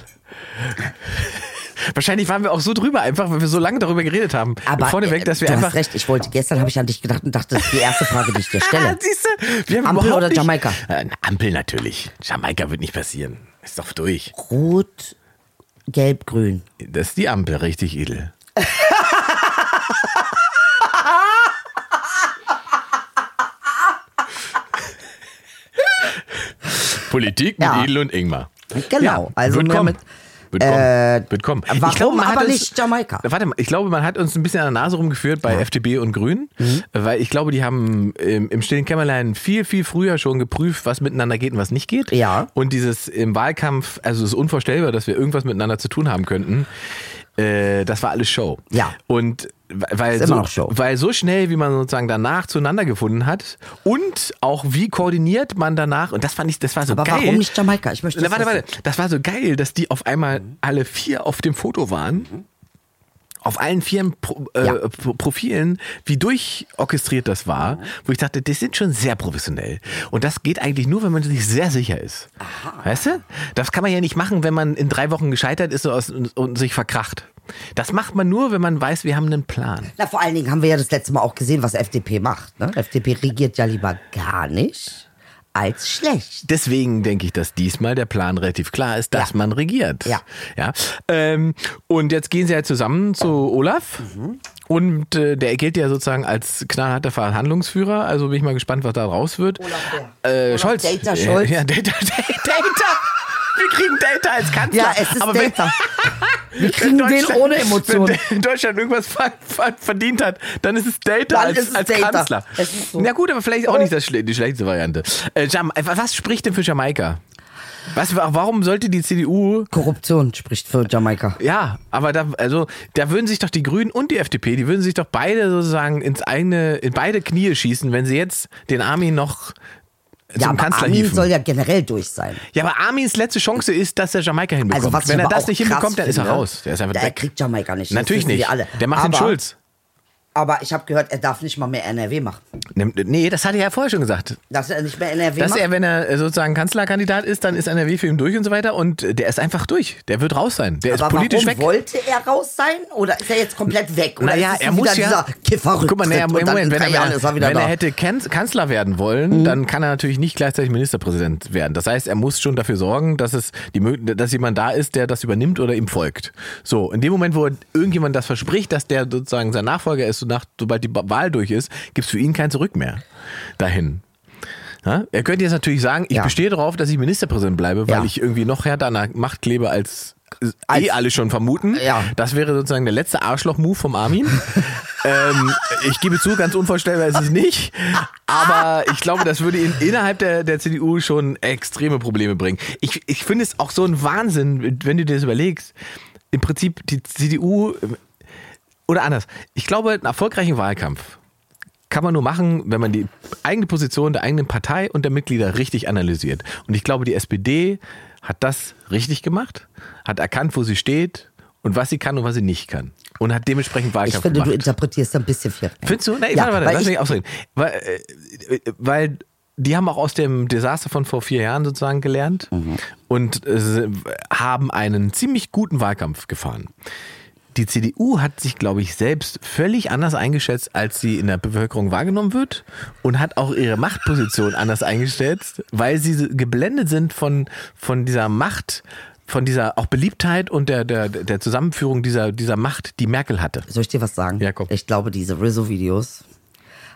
Speaker 2: Wahrscheinlich waren wir auch so drüber einfach, weil wir so lange darüber geredet haben.
Speaker 4: Aber äh,
Speaker 2: Vorneweg, dass wir
Speaker 4: du
Speaker 2: einfach.
Speaker 4: hast
Speaker 2: (laughs)
Speaker 4: recht, ich wollte, gestern habe ich an dich gedacht und dachte, das ist die erste Frage, die ich dir (laughs) stelle.
Speaker 2: Siehst du, wir haben
Speaker 4: Ampel
Speaker 2: überhaupt
Speaker 4: oder
Speaker 2: nicht,
Speaker 4: Jamaika?
Speaker 2: Äh, Ampel natürlich. Jamaika wird nicht passieren. Ist doch durch.
Speaker 4: Rot, gelb, grün.
Speaker 2: Das ist die Ampel, richtig edel. Politik mit
Speaker 4: Ja.
Speaker 2: Edel und Ingmar.
Speaker 4: Genau, also
Speaker 2: wird
Speaker 4: mehr
Speaker 2: kommen.
Speaker 4: mit- äh,
Speaker 2: Wird kommen. wird kommen.
Speaker 4: warum
Speaker 2: man hat
Speaker 4: aber
Speaker 2: uns- Äh,
Speaker 4: nicht Jamaika?
Speaker 2: Warte mal, ich glaube, man hat uns ein bisschen an der Nase rumgeführt bei FDP und Grünen,
Speaker 4: Mhm.
Speaker 2: weil ich glaube, die haben ähm, im stillen Kämmerlein viel, viel früher schon geprüft, was miteinander geht und was nicht geht.
Speaker 4: Ja.
Speaker 2: Und dieses im Wahlkampf, also es ist unvorstellbar, dass wir irgendwas miteinander zu tun haben könnten. Äh, das war alles Show.
Speaker 4: Ja.
Speaker 2: Und we- weil
Speaker 4: Ist
Speaker 2: so,
Speaker 4: immer noch Show.
Speaker 2: weil so schnell, wie man sozusagen danach zueinander gefunden hat und auch wie koordiniert man danach, und das fand ich, das war so
Speaker 4: Aber
Speaker 2: geil.
Speaker 4: warum nicht Jamaika? Ich möchte
Speaker 2: Na,
Speaker 4: das
Speaker 2: warte,
Speaker 4: wissen.
Speaker 2: warte. Das war so geil, dass die auf einmal alle vier auf dem Foto waren. Auf allen vier Pro, äh,
Speaker 4: Ja.
Speaker 2: Pro- Profilen, wie durchorchestriert das war, wo ich dachte, das sind schon sehr professionell. Und das geht eigentlich nur, wenn man sich sehr sicher ist. Weißt du? Das kann man ja nicht machen, wenn man in drei Wochen gescheitert ist und aus- und sich verkracht. Das macht man nur, wenn man weiß, wir haben einen Plan.
Speaker 4: Na, vor allen Dingen haben wir ja das letzte Mal auch gesehen, was FDP macht. Ne? FDP regiert ja lieber gar nicht als schlecht.
Speaker 2: Deswegen denke ich, dass diesmal der Plan relativ klar ist, dass
Speaker 4: Ja.
Speaker 2: man regiert.
Speaker 4: Ja.
Speaker 2: ja? Ähm, und jetzt gehen sie ja zusammen zu Olaf. Und äh, der gilt ja sozusagen als knallharter Verhandlungsführer. Also bin ich mal gespannt, was da raus wird.
Speaker 4: Olaf
Speaker 2: äh, Scholz. (laughs)
Speaker 4: Data Scholz.
Speaker 2: Ja, Data, Data. Wir kriegen Data als Kanzler.
Speaker 4: Ja, es
Speaker 2: (laughs)
Speaker 4: ist
Speaker 2: Aber wenn-
Speaker 4: Data. Wir
Speaker 2: (laughs)
Speaker 4: kriegen
Speaker 2: Wenn
Speaker 4: den
Speaker 2: Deutschland-
Speaker 4: ohne Emotionen.
Speaker 2: Wenn Deutschland irgendwas ver- ver- verdient hat, dann ist es Delta
Speaker 4: Dann
Speaker 2: als,
Speaker 4: ist es
Speaker 2: als
Speaker 4: Delta.
Speaker 2: Kanzler.
Speaker 4: Es ist so.
Speaker 2: Na gut, aber vielleicht auch nicht das, schle- die schlechteste Variante. Äh, Jam äh, was spricht denn für Jamaika? Was, wa- warum sollte die CDU.
Speaker 4: Korruption spricht für Jamaika.
Speaker 2: Ja, aber da, also, da würden sich doch die Grünen und die FDP, die würden sich doch beide sozusagen ins eigene, in beide Knie schießen, wenn sie jetzt den Armin noch zum
Speaker 4: Ja, aber
Speaker 2: Kanzler
Speaker 4: Armin
Speaker 2: hieven.
Speaker 4: soll ja generell durch sein.
Speaker 2: Ja, aber Armins letzte Chance ist, dass er Jamaika hinbekommt.
Speaker 4: Also was
Speaker 2: Wenn
Speaker 4: ich
Speaker 2: er
Speaker 4: aber
Speaker 2: das
Speaker 4: auch
Speaker 2: nicht
Speaker 4: krass
Speaker 2: hinbekommt, dann ist er
Speaker 4: finde,
Speaker 2: raus. Der ist einfach
Speaker 4: Er
Speaker 2: weg.
Speaker 4: kriegt Jamaika nicht. das
Speaker 2: Natürlich
Speaker 4: wissen wir
Speaker 2: nicht.
Speaker 4: Alle.
Speaker 2: Der macht
Speaker 4: aber,
Speaker 2: den Schulz.
Speaker 4: Aber ich habe gehört, er darf nicht mal mehr NRW machen.
Speaker 2: Ne- Nee, das hatte er ja vorher schon gesagt.
Speaker 4: Dass er nicht mehr NRW
Speaker 2: Dass
Speaker 4: macht.
Speaker 2: er, wenn er äh, sozusagen Kanzlerkandidat ist, dann ist NRW für ihn durch und so weiter. Und äh, der ist einfach durch. Der wird raus sein. Der ist
Speaker 4: aber
Speaker 2: politisch
Speaker 4: warum
Speaker 2: weg.
Speaker 4: wollte er raus sein? Oder ist er jetzt komplett weg? Oder
Speaker 2: Naja,
Speaker 4: ist es
Speaker 2: er
Speaker 4: wieder
Speaker 2: muss ja.
Speaker 4: dieser Kiffer
Speaker 2: Guck mal, naja,
Speaker 4: und dann in
Speaker 2: Moment, wenn,
Speaker 4: drei
Speaker 2: er,
Speaker 4: Jahren ist er wieder
Speaker 2: wenn
Speaker 4: da. Mhm.
Speaker 2: er hätte Kan- Kanzler werden wollen, dann kann er natürlich nicht gleichzeitig Ministerpräsident werden. Das heißt, er muss schon dafür sorgen, dass es die, Mö- dass jemand da ist, der das übernimmt oder ihm folgt. So, in dem Moment, wo irgendjemand das verspricht, dass der sozusagen sein Nachfolger ist, so nach, sobald die Ba- Wahl durch ist, gibt es für ihn kein Zurück mehr dahin. Ja? Er könnte jetzt natürlich sagen, ich
Speaker 4: Ja.
Speaker 2: bestehe darauf, dass ich Ministerpräsident bleibe, weil
Speaker 4: Ja.
Speaker 2: ich irgendwie noch härter an der Macht klebe als,
Speaker 4: Als-
Speaker 2: eh alle schon vermuten.
Speaker 4: Ja.
Speaker 2: Das wäre sozusagen der letzte Arschloch-Move vom Armin. ähm, ich gebe zu, ganz unvorstellbar ist es nicht. Aber ich glaube, das würde ihn innerhalb der, der CDU schon extreme Probleme bringen. Ich, ich finde es auch so ein Wahnsinn, wenn du dir das überlegst. Im Prinzip die CDU oder anders. Ich glaube, einen erfolgreichen Wahlkampf kann man nur machen, wenn man die eigene Position der eigenen Partei und der Mitglieder richtig analysiert. Und ich glaube, die SPD hat das richtig gemacht, hat erkannt, wo sie steht und was sie kann und was sie nicht kann. Und hat dementsprechend
Speaker 4: ich
Speaker 2: Wahlkampf
Speaker 4: finde, du
Speaker 2: gemacht.
Speaker 4: interpretierst ein bisschen viel. rein.
Speaker 2: Findest du? Nein,
Speaker 4: Ja,
Speaker 2: warte, warte,
Speaker 4: weil
Speaker 2: lass
Speaker 4: ich-
Speaker 2: mich ausreden. Weil, äh, weil die haben auch aus dem Desaster von vor vier Jahren sozusagen gelernt
Speaker 4: Mhm.
Speaker 2: und äh, haben einen ziemlich guten Wahlkampf gefahren. Die CDU hat sich, glaube ich, selbst völlig anders eingeschätzt, als sie in der Bevölkerung wahrgenommen wird und hat auch ihre Machtposition anders eingeschätzt, weil sie so geblendet sind von, von dieser Macht, von dieser auch Beliebtheit und der, der, der Zusammenführung dieser, dieser Macht, die Merkel hatte.
Speaker 4: Soll ich dir was sagen?
Speaker 2: Ja, komm.
Speaker 4: Ich glaube, diese Rizzo-Videos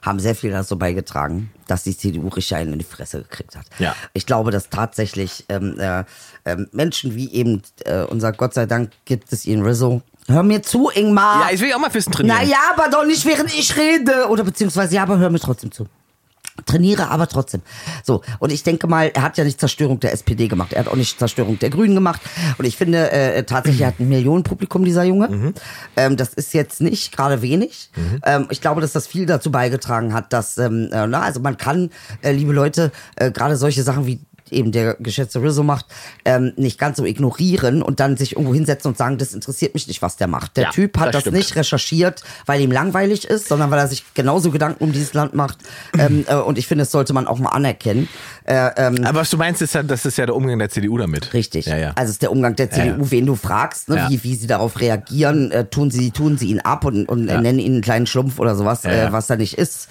Speaker 4: haben sehr viel dazu beigetragen, dass die CDU richtig einen in die Fresse gekriegt hat.
Speaker 2: Ja.
Speaker 4: Ich glaube, dass tatsächlich ähm, äh, ähm, Menschen wie eben äh, unser Gott sei Dank gibt es ihn Rizzo. Hör mir zu, Ingmar.
Speaker 2: Ja, ich will auch mal Füßen trainieren.
Speaker 4: Naja, aber doch nicht, während ich rede. Oder beziehungsweise, ja, aber hör mir trotzdem zu. Trainiere aber trotzdem. So, und ich denke mal, er hat ja nicht Zerstörung der SPD gemacht. Er hat auch nicht Zerstörung der Grünen gemacht. Und ich finde, äh, tatsächlich er hat ein Millionenpublikum, dieser Junge.
Speaker 2: Mhm.
Speaker 4: Ähm, das ist jetzt nicht gerade wenig. Ähm, ich glaube, dass das viel dazu beigetragen hat, dass, ähm, äh, na, also man kann, äh, liebe Leute, äh, gerade solche Sachen wie eben der geschätzte Rizzo macht, ähm, nicht ganz so ignorieren und dann sich irgendwo hinsetzen und sagen, das interessiert mich nicht, was der macht. Der
Speaker 2: Ja,
Speaker 4: Typ hat
Speaker 2: das
Speaker 4: das,
Speaker 2: stimmt.
Speaker 4: nicht recherchiert, weil ihm langweilig ist, sondern weil er sich genauso Gedanken um dieses Land macht.
Speaker 2: (clears throat)
Speaker 4: ähm, äh, und ich finde, das sollte man auch mal anerkennen.
Speaker 2: Aber was du meinst, ist ja, das ist ja der Umgang der CDU damit.
Speaker 4: Mhm. Richtig.
Speaker 2: Ja, ja.
Speaker 4: Also es ist der Umgang der CDU,
Speaker 2: ja.
Speaker 4: wen du fragst, ne,
Speaker 2: Ja.
Speaker 4: wie, wie sie darauf reagieren, äh, tun sie tun sie ihn ab und, und äh, nennen ihn einen kleinen Schlumpf oder sowas,
Speaker 2: Ja, ja.
Speaker 4: Äh, was er nicht ist,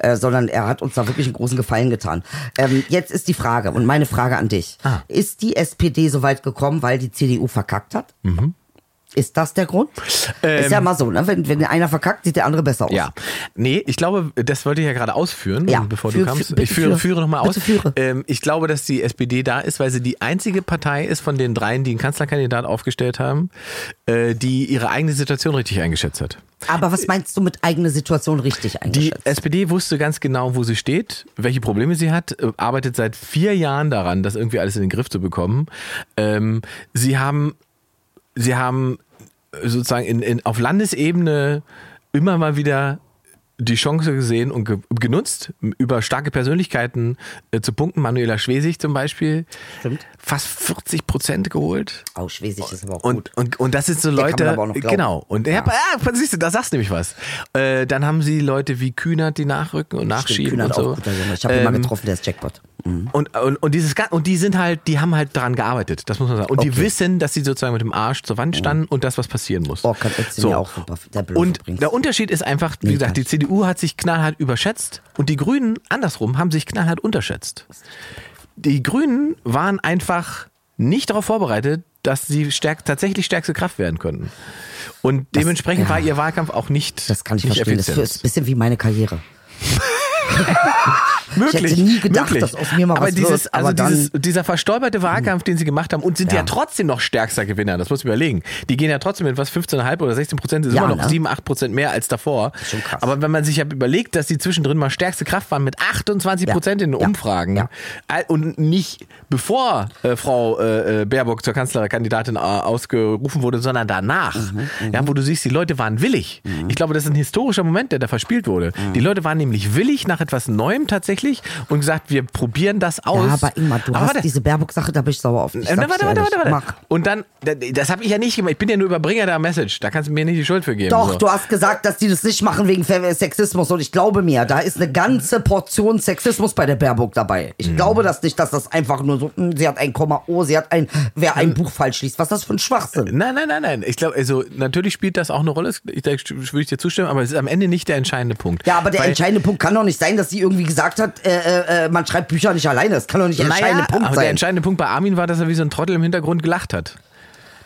Speaker 4: äh, sondern er hat uns da wirklich einen großen Gefallen getan. Ähm, jetzt ist die Frage und meine Frage an dich:
Speaker 2: Ah.
Speaker 4: Ist die SPD so weit gekommen, weil die CDU verkackt hat?
Speaker 2: Mhm.
Speaker 4: Ist das der Grund? ist ja mal so, ne? wenn, wenn einer verkackt, sieht der andere besser aus.
Speaker 2: Ähm. ja. Nee, ich glaube, das wollte ich ja gerade ausführen, äh,
Speaker 4: also Ja.
Speaker 2: bevor
Speaker 4: Führ-
Speaker 2: du kamst.
Speaker 4: führ- bitte
Speaker 2: ich führe,
Speaker 4: führe.
Speaker 2: führe nochmal aus.
Speaker 4: Bitte führe.
Speaker 2: Ähm, ich glaube, dass die SPD da ist, weil sie die einzige Partei ist von den dreien, die einen Kanzlerkandidat aufgestellt haben, äh, die ihre eigene Situation richtig eingeschätzt hat.
Speaker 4: Aber was meinst du mit eigene Situation richtig
Speaker 2: Die
Speaker 4: eingeschätzt?
Speaker 2: SPD wusste ganz genau, wo sie steht, welche Probleme sie hat, äh, arbeitet seit vier Jahren daran, das irgendwie alles in den Griff zu bekommen. Ähm, sie haben, sie haben äh, sozusagen in, in, auf Landesebene immer mal wieder die Chance gesehen und ge genutzt, m- über starke Persönlichkeiten äh, zu punkten. Manuela Schwesig zum Beispiel.
Speaker 4: Stimmt.
Speaker 2: Fast 40 Prozent geholt.
Speaker 4: oh, Schwesig ist aber auch gut.
Speaker 2: Und, und, und das sind so
Speaker 4: man
Speaker 2: Leute.
Speaker 4: aber auch noch glauben.
Speaker 2: genau. Und ja. Ja, siehst du, da sagst du nämlich was. Äh, dann haben sie Leute wie Kühnert, die nachrücken und nachschieben
Speaker 4: Kühnert
Speaker 2: und so.
Speaker 4: auch guter Junge. Ich habe ihn mal
Speaker 2: Ähm, mm.
Speaker 4: getroffen, der ist Jackpot.
Speaker 2: und, und, und dieses Gan- und die sind halt, die haben halt daran gearbeitet, das muss man sagen. Und die
Speaker 4: Okay.
Speaker 2: wissen, dass sie sozusagen mit dem Arsch zur Wand standen und das, was passieren muss.
Speaker 4: Oh, kann- erzähl mir auch super, der Bluff
Speaker 2: und
Speaker 4: übrigens.
Speaker 2: der Unterschied ist einfach, wie
Speaker 4: Nee,
Speaker 2: gesagt,
Speaker 4: kann
Speaker 2: die
Speaker 4: ich.
Speaker 2: CDU hat sich knallhart überschätzt und die Grünen andersrum haben sich knallhart unterschätzt. Die Grünen waren einfach nicht darauf vorbereitet, dass sie stärk, tatsächlich stärkste Kraft werden könnten. Und dementsprechend
Speaker 4: ja.
Speaker 2: war ihr Wahlkampf auch nicht
Speaker 4: Das kann ich
Speaker 2: nicht
Speaker 4: verstehen. Das ist ein bisschen wie meine Karriere. hätte
Speaker 2: möglich.
Speaker 4: nie gedacht,
Speaker 2: möglich.
Speaker 4: dass aus mir mal
Speaker 2: aber
Speaker 4: was
Speaker 2: dieses,
Speaker 4: wird,
Speaker 2: also
Speaker 4: aber dann- Hm.
Speaker 2: dieses, dieser verstolperte Wahlkampf, den sie gemacht haben und sind ja,
Speaker 4: Ja.
Speaker 2: trotzdem noch stärkster Gewinner, das muss ich überlegen. Die gehen ja trotzdem mit was 15,5 oder 16 Prozent, ist
Speaker 4: Ja,
Speaker 2: immer noch
Speaker 4: ne?
Speaker 2: 7, 8 Prozent mehr als davor.
Speaker 4: Schon krass.
Speaker 2: Aber wenn man sich ja überlegt, dass die zwischendrin mal stärkste Kraft waren mit 28
Speaker 4: Ja.
Speaker 2: Prozent in den
Speaker 4: Ja.
Speaker 2: Umfragen
Speaker 4: Ja.
Speaker 2: All- und nicht bevor äh, Frau äh, äh, Baerbock zur Kanzlerkandidatin äh, ausgerufen wurde, sondern danach,
Speaker 4: Mhm,
Speaker 2: ja, wo du siehst, die Leute waren willig. Ich glaube, das ist ein historischer Moment, der da verspielt wurde.
Speaker 4: Mhm.
Speaker 2: Die Leute waren nämlich willig nach etwas Neuem tatsächlich und gesagt, wir probieren das aus.
Speaker 4: Ja, aber Ingmar, du
Speaker 2: Aber
Speaker 4: hast
Speaker 2: warte.
Speaker 4: diese Baerbock-Sache, da bin ich sauer auf dich.
Speaker 2: Äh,
Speaker 4: sag's
Speaker 2: warte,
Speaker 4: dir
Speaker 2: warte,
Speaker 4: ehrlich.
Speaker 2: warte, warte.
Speaker 4: Mach.
Speaker 2: Und dann, da- das habe ich ja nicht gemacht. Ich bin ja nur Überbringer der Message. Da kannst du mir nicht die Schuld für geben.
Speaker 4: Doch,
Speaker 2: so.
Speaker 4: du hast gesagt, dass die das nicht machen wegen Fe- Sexismus und ich glaube mir, da ist eine ganze Portion Sexismus bei der Baerbock dabei.
Speaker 2: Mhm.
Speaker 4: Ich glaube das nicht, dass das einfach nur so, hm, sie hat ein Komma, oh, sie hat ein, wer
Speaker 2: Ähm,
Speaker 4: ein Buch falsch liest. Was ist das für ein Schwachsinn?
Speaker 2: Nein, nein, nein, nein. Ich glaube, also natürlich spielt das auch eine Rolle. Ich, da würde ich dir zustimmen, aber es ist am Ende nicht der entscheidende Punkt.
Speaker 4: Ja, aber der
Speaker 2: Weil-
Speaker 4: entscheidende Punkt kann doch nicht sein, dass sie irgendwie gesagt hat, äh, äh, äh, man schreibt Bücher nicht alleine. Das kann doch nicht der
Speaker 2: Naja,
Speaker 4: entscheidende Punkt
Speaker 2: aber Der
Speaker 4: sein.
Speaker 2: entscheidende Punkt bei Armin war, dass er wie so ein Trottel im Hintergrund gelacht hat.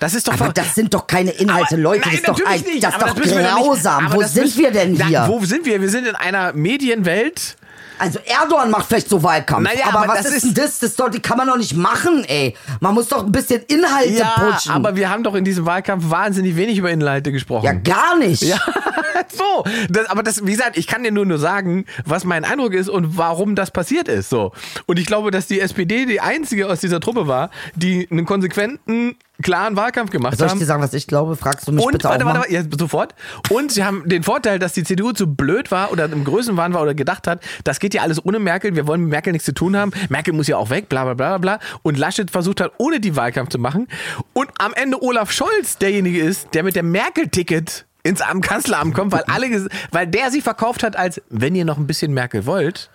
Speaker 2: Das ist doch
Speaker 4: Aber
Speaker 2: ver-
Speaker 4: das sind doch keine Inhalte,
Speaker 2: Aber-
Speaker 4: Leute.
Speaker 2: Nein,
Speaker 4: das ist doch,
Speaker 2: natürlich
Speaker 4: ein,
Speaker 2: nicht,
Speaker 4: das ist
Speaker 2: aber
Speaker 4: doch
Speaker 2: müssen wir nicht-
Speaker 4: grausam.
Speaker 2: aber
Speaker 4: Wo
Speaker 2: das
Speaker 4: sind
Speaker 2: müssen-
Speaker 4: wir denn
Speaker 2: Na,
Speaker 4: hier?
Speaker 2: wo sind wir? Wir sind in einer Medienwelt.
Speaker 4: Also Erdogan macht vielleicht so Wahlkampf.
Speaker 2: Naja,
Speaker 4: aber,
Speaker 2: aber
Speaker 4: was
Speaker 2: das
Speaker 4: ist denn
Speaker 2: ist-
Speaker 4: das? Das, doch, die kann man doch nicht machen, ey. Man muss doch ein bisschen Inhalte pushen.
Speaker 2: aber wir haben doch in diesem Wahlkampf wahnsinnig wenig über Inhalte gesprochen.
Speaker 4: ja, gar nicht.
Speaker 2: Ja, (laughs) so. Das, aber das, wie gesagt, ich kann dir nur nur sagen, was mein Eindruck ist und warum das passiert ist. So. Und ich glaube, dass die SPD die einzige aus dieser Truppe war, die einen konsequenten, klaren Wahlkampf gemacht
Speaker 4: Soll Also ich
Speaker 2: haben.
Speaker 4: dir sagen, was ich glaube? Fragst du mich
Speaker 2: ähm, und
Speaker 4: bitte
Speaker 2: warte,
Speaker 4: auch
Speaker 2: warte,
Speaker 4: mal?
Speaker 2: warte, ja, sofort. Und sie haben den Vorteil, dass die CDU zu blöd war oder im Größenwahn war oder gedacht hat, das geht ja alles ohne Merkel, wir wollen mit Merkel nichts zu tun haben, Merkel muss ja auch weg, bla bla bla bla. bla. Und Laschet versucht hat, ohne die Wahlkampf zu machen. Und am Ende Olaf Scholz derjenige ist, der mit dem Merkel-Ticket ins Am- Kanzleramt kommt, weil alle, ges- weil der sie verkauft hat als, wenn ihr noch ein bisschen Merkel wollt,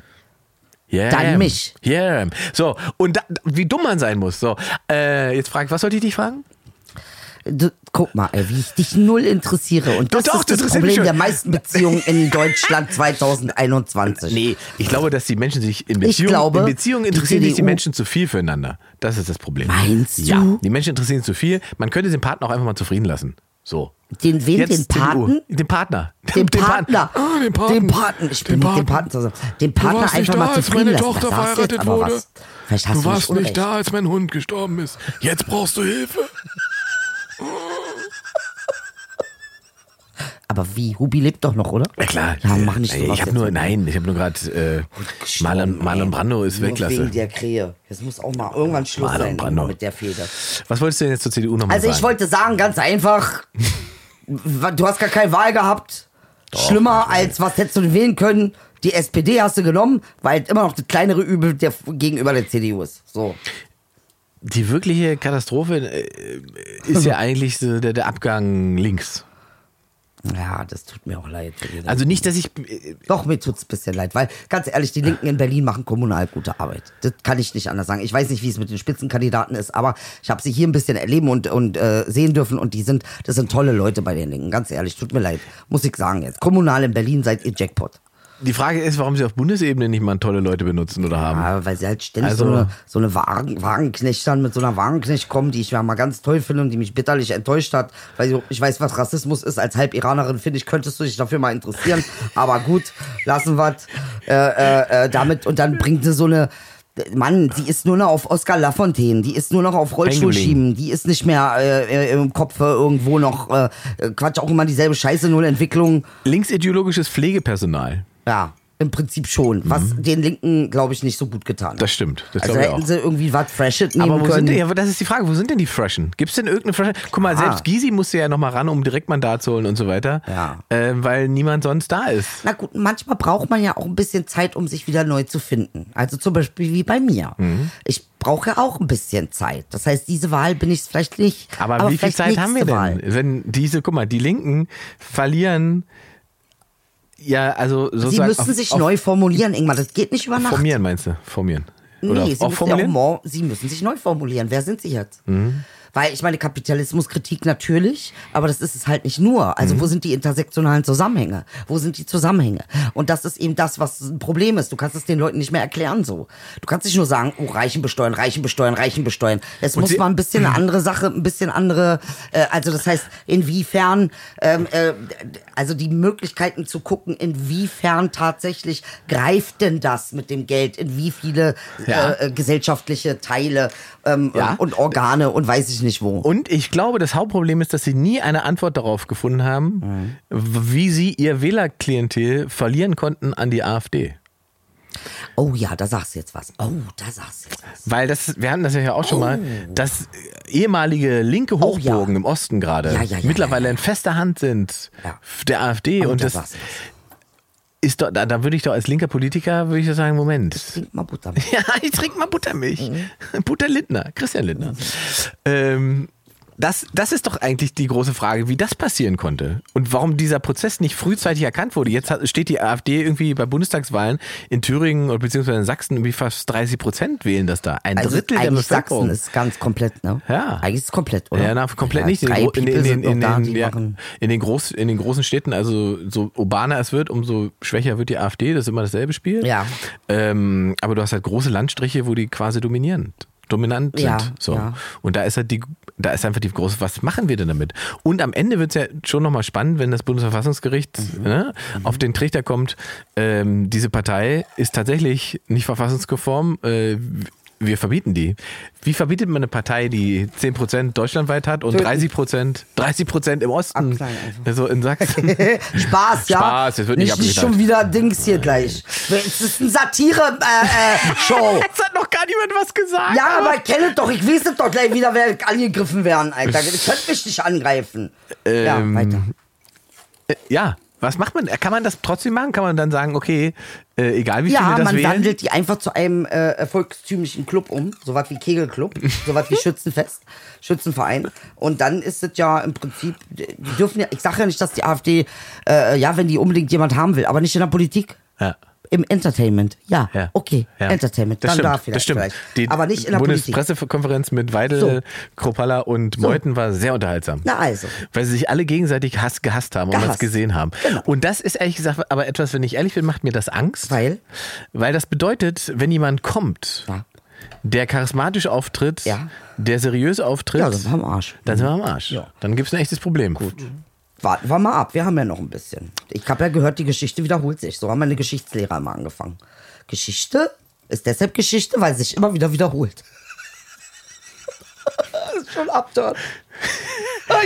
Speaker 2: yeah.
Speaker 4: Dann mich.
Speaker 2: Yeah. So, und da, wie dumm man sein muss. So, äh, jetzt frag ich, was sollte ich dich fragen?
Speaker 4: Du, guck mal, ey, wie ich dich null interessiere. Und das
Speaker 2: Doch,
Speaker 4: ist das,
Speaker 2: das interessiert mich
Speaker 4: Problem
Speaker 2: schon.
Speaker 4: der meisten Beziehungen
Speaker 2: (laughs)
Speaker 4: in Deutschland 2021.
Speaker 2: Nee, ich glaube, dass die Menschen sich in
Speaker 4: Ich
Speaker 2: Beziehung,
Speaker 4: glaube,
Speaker 2: in Beziehung
Speaker 4: die
Speaker 2: interessieren sich die
Speaker 4: CDU
Speaker 2: Menschen zu viel füreinander. Das ist das Problem.
Speaker 4: Meinst du?
Speaker 2: Ja, die Menschen interessieren sich zu viel. Man könnte den Partner auch einfach mal zufrieden lassen. So.
Speaker 4: Den wen?
Speaker 2: Jetzt
Speaker 4: Den
Speaker 2: CDU.
Speaker 4: Paten?
Speaker 2: Den Partner. (laughs)
Speaker 4: Den
Speaker 2: Den Paten.
Speaker 4: Partner.
Speaker 2: Ah, den Paten.
Speaker 4: Den Paten. Ich bin
Speaker 2: Den
Speaker 4: mit dem Paten zusammen. Den Partner
Speaker 5: warst nicht
Speaker 4: einfach
Speaker 5: da,
Speaker 4: mal
Speaker 5: als
Speaker 4: zufrieden
Speaker 5: meine
Speaker 4: lassen.
Speaker 5: Tochter
Speaker 4: Da sagst du jetzt
Speaker 5: verheiratet
Speaker 4: aber
Speaker 5: wurde.
Speaker 4: was. Vielleicht hast
Speaker 5: Du
Speaker 4: du,
Speaker 5: warst
Speaker 4: nicht
Speaker 5: nicht
Speaker 4: Unrecht.
Speaker 5: da, als mein Hund gestorben ist. Jetzt brauchst du Hilfe.
Speaker 4: Aber wie? Hubi lebt doch noch, oder?
Speaker 2: Na klar.
Speaker 4: Ja, mach nicht sowas
Speaker 2: Ich habe
Speaker 4: jetzt
Speaker 2: nur,
Speaker 4: mit
Speaker 2: nein, ich habe nur gerade äh, Marlon, Marlon Brando ist
Speaker 4: Nur Wegen
Speaker 2: Weltklasse.
Speaker 4: der Krähe. Jetzt muss auch mal irgendwann Schluss
Speaker 2: Marlon
Speaker 4: sein
Speaker 2: Brando.
Speaker 4: mit der Feder.
Speaker 2: Was wolltest du denn jetzt zur CDU nochmal
Speaker 4: Also
Speaker 2: sagen?
Speaker 4: ich wollte sagen, ganz einfach, wa- du hast gar keine Wahl gehabt. Schlimmer als was hättest du wählen können. Die SPD hast du genommen, weil immer noch das kleinere Übel der, gegenüber der CDU ist. So.
Speaker 2: die wirkliche Katastrophe äh, ist ja eigentlich so der, der Abgang links.
Speaker 4: Ja, das tut mir auch leid. wenn ihr das-
Speaker 2: Also nicht, dass ich äh,
Speaker 4: Doch, mir tut's ein bisschen leid, weil ganz ehrlich, die Linken in Berlin machen kommunal gute Arbeit. Das kann ich nicht anders sagen. Ich weiß nicht, wie es mit den Spitzenkandidaten ist, aber ich habe sie hier ein bisschen erleben und, und äh, sehen dürfen und die sind, das sind tolle Leute bei den Linken. Ganz ehrlich, tut mir leid. Muss ich sagen jetzt. Kommunal in Berlin seid ihr Jackpot.
Speaker 2: Die Frage ist, warum sie auf Bundesebene nicht mal tolle Leute benutzen oder haben.
Speaker 4: Ja, weil sie halt ständig
Speaker 2: Also-
Speaker 4: so eine, so eine Wagen, Wagenknecht dann mit so einer Wagenknecht kommen, die ich ja mal ganz toll finde und die mich bitterlich enttäuscht hat, weil sie überhaupt nicht weiß, was Rassismus ist. Als Halb-Iranerin, finde ich, könntest du dich dafür mal interessieren. Aber gut, lassen wir äh, äh, äh, damit. Und dann bringt sie so eine. Mann, die ist nur noch auf Oscar Lafontaine, die ist nur noch auf Rollstuhl
Speaker 2: Hängen
Speaker 4: schieben, die ist nicht mehr äh, äh, im Kopf äh, irgendwo noch, äh, äh, Quatsch, auch immer dieselbe Scheiße, null Entwicklung.
Speaker 2: Linksideologisches Pflegepersonal.
Speaker 4: Ja, im Prinzip schon. Was den Linken, glaube ich, nicht so gut getan hat.
Speaker 2: Das stimmt. Das
Speaker 4: Also
Speaker 2: glaube ich
Speaker 4: hätten
Speaker 2: auch.
Speaker 4: sie irgendwie was Freshet nehmen
Speaker 2: Aber wo
Speaker 4: können.
Speaker 2: sind denn, ja, das ist die Frage, wo sind denn die Freshen? Gibt es denn irgendeine Freshen? Guck mal,
Speaker 4: Ah.
Speaker 2: selbst Gysi musste ja nochmal ran, um Direktmandat zu holen und so weiter.
Speaker 4: Ja.
Speaker 2: Äh, weil niemand sonst da ist.
Speaker 4: Na gut, manchmal braucht man ja auch ein bisschen Zeit, um sich wieder neu zu finden. Also zum Beispiel wie bei mir.
Speaker 2: Mhm.
Speaker 4: Ich brauche ja auch ein bisschen Zeit. Das heißt, diese Wahl bin ich es vielleicht nicht.
Speaker 2: Aber, wie viel
Speaker 4: vielleicht
Speaker 2: Zeit haben wir
Speaker 4: nächste
Speaker 2: denn?
Speaker 4: Wahl.
Speaker 2: Wenn diese, guck mal, die Linken verlieren ja, also sozusagen.
Speaker 4: Sie müssen
Speaker 2: auf,
Speaker 4: sich
Speaker 2: auf
Speaker 4: neu formulieren, Ingmar. Das geht nicht über Nacht.
Speaker 2: formieren, meinst du? Formieren. Oder
Speaker 4: nee,
Speaker 2: auf- auch
Speaker 4: sie, müssen ja auch
Speaker 2: formulieren?
Speaker 4: mor- sie müssen sich neu formulieren. Wer sind sie jetzt? Weil ich meine, Kapitalismuskritik natürlich, aber das ist es halt nicht nur. Also wo sind die intersektionalen Zusammenhänge? Wo sind die Zusammenhänge? Und das ist eben das, was ein Problem ist. Du kannst es den Leuten nicht mehr erklären so. Du kannst nicht nur sagen, oh, Reichen besteuern, Reichen besteuern, Reichen besteuern. Es muss
Speaker 2: sie-
Speaker 4: mal ein bisschen eine andere Sache, ein bisschen andere, äh, also das heißt, inwiefern, ähm, äh, also die Möglichkeiten zu gucken, inwiefern tatsächlich greift denn das mit dem Geld, in wie viele
Speaker 2: Ja.
Speaker 4: äh, äh, gesellschaftliche Teile ähm,
Speaker 2: Ja.
Speaker 4: und Organe und weiß ich nicht wo.
Speaker 2: Und ich glaube, das Hauptproblem ist, dass sie nie eine Antwort darauf gefunden
Speaker 4: Mhm.
Speaker 2: haben, w- wie sie ihr Wählerklientel verlieren konnten an die AfD.
Speaker 4: Oh ja, da sagst du jetzt was. Oh, da sagst du jetzt was.
Speaker 2: Weil das, wir hatten das ja auch schon mal, dass ehemalige linke Hochburgen
Speaker 4: Oh. ja.
Speaker 2: im Osten gerade
Speaker 4: Ja, ja, ja,
Speaker 2: mittlerweile
Speaker 4: ja, ja.
Speaker 2: in fester Hand sind
Speaker 4: Ja.
Speaker 2: der AfD.
Speaker 4: Oh,
Speaker 2: und
Speaker 4: da
Speaker 2: das
Speaker 4: sagst du was.
Speaker 2: ist doch, da, da würde ich doch als linker Politiker, würde ich doch sagen, Moment.
Speaker 4: Trink
Speaker 2: (laughs)
Speaker 4: mal Buttermilch.
Speaker 2: Ja, ich trinke mal Buttermilch.
Speaker 4: Mhm.
Speaker 2: (laughs) Butter Lindner, Christian Lindner. Ähm, das, das ist doch eigentlich die große Frage, wie das passieren konnte und warum dieser Prozess nicht frühzeitig erkannt wurde. Jetzt hat, steht die AfD irgendwie bei Bundestagswahlen in Thüringen oder beziehungsweise in Sachsen irgendwie fast 30 Prozent wählen das da. Ein
Speaker 4: Also
Speaker 2: Drittel der
Speaker 4: eigentlich
Speaker 2: Bevölkerung.
Speaker 4: Sachsen ist ganz komplett, ne?
Speaker 2: Ja.
Speaker 4: Eigentlich ist es komplett, oder?
Speaker 2: Ja, na, komplett
Speaker 4: Ja,
Speaker 2: nicht. In den,
Speaker 4: Drei
Speaker 2: Gro- in, den- in, den,
Speaker 4: People sind noch
Speaker 2: in,
Speaker 4: da,
Speaker 2: den,
Speaker 4: die
Speaker 2: ja,
Speaker 4: machen (laughs)
Speaker 2: in, den Groß, in den großen Städten, also so urbaner es wird, umso schwächer wird die AfD. Das ist immer dasselbe Spiel.
Speaker 4: Ja.
Speaker 2: Ähm, aber du hast halt große Landstriche, wo die quasi dominierend, dominant sind.
Speaker 4: Ja,
Speaker 2: so.
Speaker 4: ja.
Speaker 2: Und da ist halt die, da ist einfach die große, was machen wir denn damit? Und am Ende wird es ja schon nochmal spannend, wenn das Bundesverfassungsgericht ne, auf den Trichter kommt, ähm, diese Partei ist tatsächlich nicht verfassungskonform. Äh, wir verbieten die. Wie verbietet man eine Partei, die 10% deutschlandweit hat und 30%, 30 im Osten?
Speaker 4: Abknallen einfach.
Speaker 2: Also in (laughs) Sachsen.
Speaker 4: Spaß, ja.
Speaker 2: Spaß, jetzt wird nicht
Speaker 4: nicht
Speaker 2: abgeschaltet.
Speaker 4: schon wieder Dings hier gleich. Es ist eine Satire-Show.
Speaker 2: (laughs) Jetzt hat noch gar niemand was gesagt.
Speaker 4: äh, ja, aber ich kenne es doch. Ich weiß es doch gleich wieder, wer angegriffen werden, Alter. Ihr könnt mich nicht angreifen.
Speaker 2: Ähm,
Speaker 4: ja, weiter.
Speaker 2: Ja, was macht man? Kann man das trotzdem machen? Kann man dann sagen, okay, äh, egal wie
Speaker 4: Ja,
Speaker 2: viele das
Speaker 4: man
Speaker 2: wählen?
Speaker 4: wandelt die einfach zu einem äh, volkstümlichen Club um, sowas wie Kegelclub,
Speaker 2: (laughs)
Speaker 4: sowas wie Schützenfest, Schützenverein. Und dann ist es ja im Prinzip, die dürfen ja, ich sage ja nicht, dass die AfD, äh, ja, wenn die unbedingt jemand haben will, aber nicht in der Politik.
Speaker 2: Ja.
Speaker 4: Im Entertainment, ja,
Speaker 2: Ja.
Speaker 4: okay,
Speaker 2: Ja.
Speaker 4: Entertainment,
Speaker 2: Das
Speaker 4: dann
Speaker 2: stimmt,
Speaker 4: darf vielleicht,
Speaker 2: das stimmt.
Speaker 4: vielleicht.
Speaker 2: Die
Speaker 4: aber nicht in der Politik.
Speaker 2: Bundespressekonferenz mit Weidel,
Speaker 4: So.
Speaker 2: Kropalla und Meuthen war sehr unterhaltsam.
Speaker 4: Na also.
Speaker 2: Weil sie sich alle gegenseitig Hass gehasst haben und
Speaker 4: Gehasst. Genau.
Speaker 2: was gesehen haben. Und das ist ehrlich gesagt aber etwas, wenn ich ehrlich bin, macht mir das Angst.
Speaker 4: Weil?
Speaker 2: Weil das bedeutet, wenn jemand kommt,
Speaker 4: Ja.
Speaker 2: der charismatisch auftritt,
Speaker 4: Ja.
Speaker 2: der seriös auftritt,
Speaker 4: Ja, das war am Arsch.
Speaker 2: dann sind wir am Arsch. Dann gibt es ein echtes Problem. Gut.
Speaker 4: Warten wir mal ab, wir haben ja noch ein bisschen. Ich habe ja gehört, die Geschichte wiederholt sich. So haben meine Geschichtslehrer immer angefangen. Geschichte ist deshalb Geschichte, weil sie sich immer wieder wiederholt. (laughs) das ist schon abtört.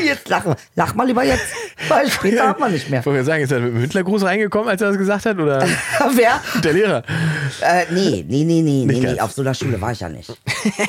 Speaker 4: Jetzt lachen wir. Lach mal lieber jetzt, weil später haben wir nicht
Speaker 2: (laughs)
Speaker 4: mehr.
Speaker 2: Ich wollte gerade sagen, ist er mit dem Hündlergruß reingekommen, als er das gesagt hat?
Speaker 4: (laughs)
Speaker 2: Oder
Speaker 4: Wer?
Speaker 2: der Lehrer?
Speaker 4: Äh, nee, nee, nee, nee, nee, nee,
Speaker 2: ganz.
Speaker 4: auf so einer Schule war ich ja nicht.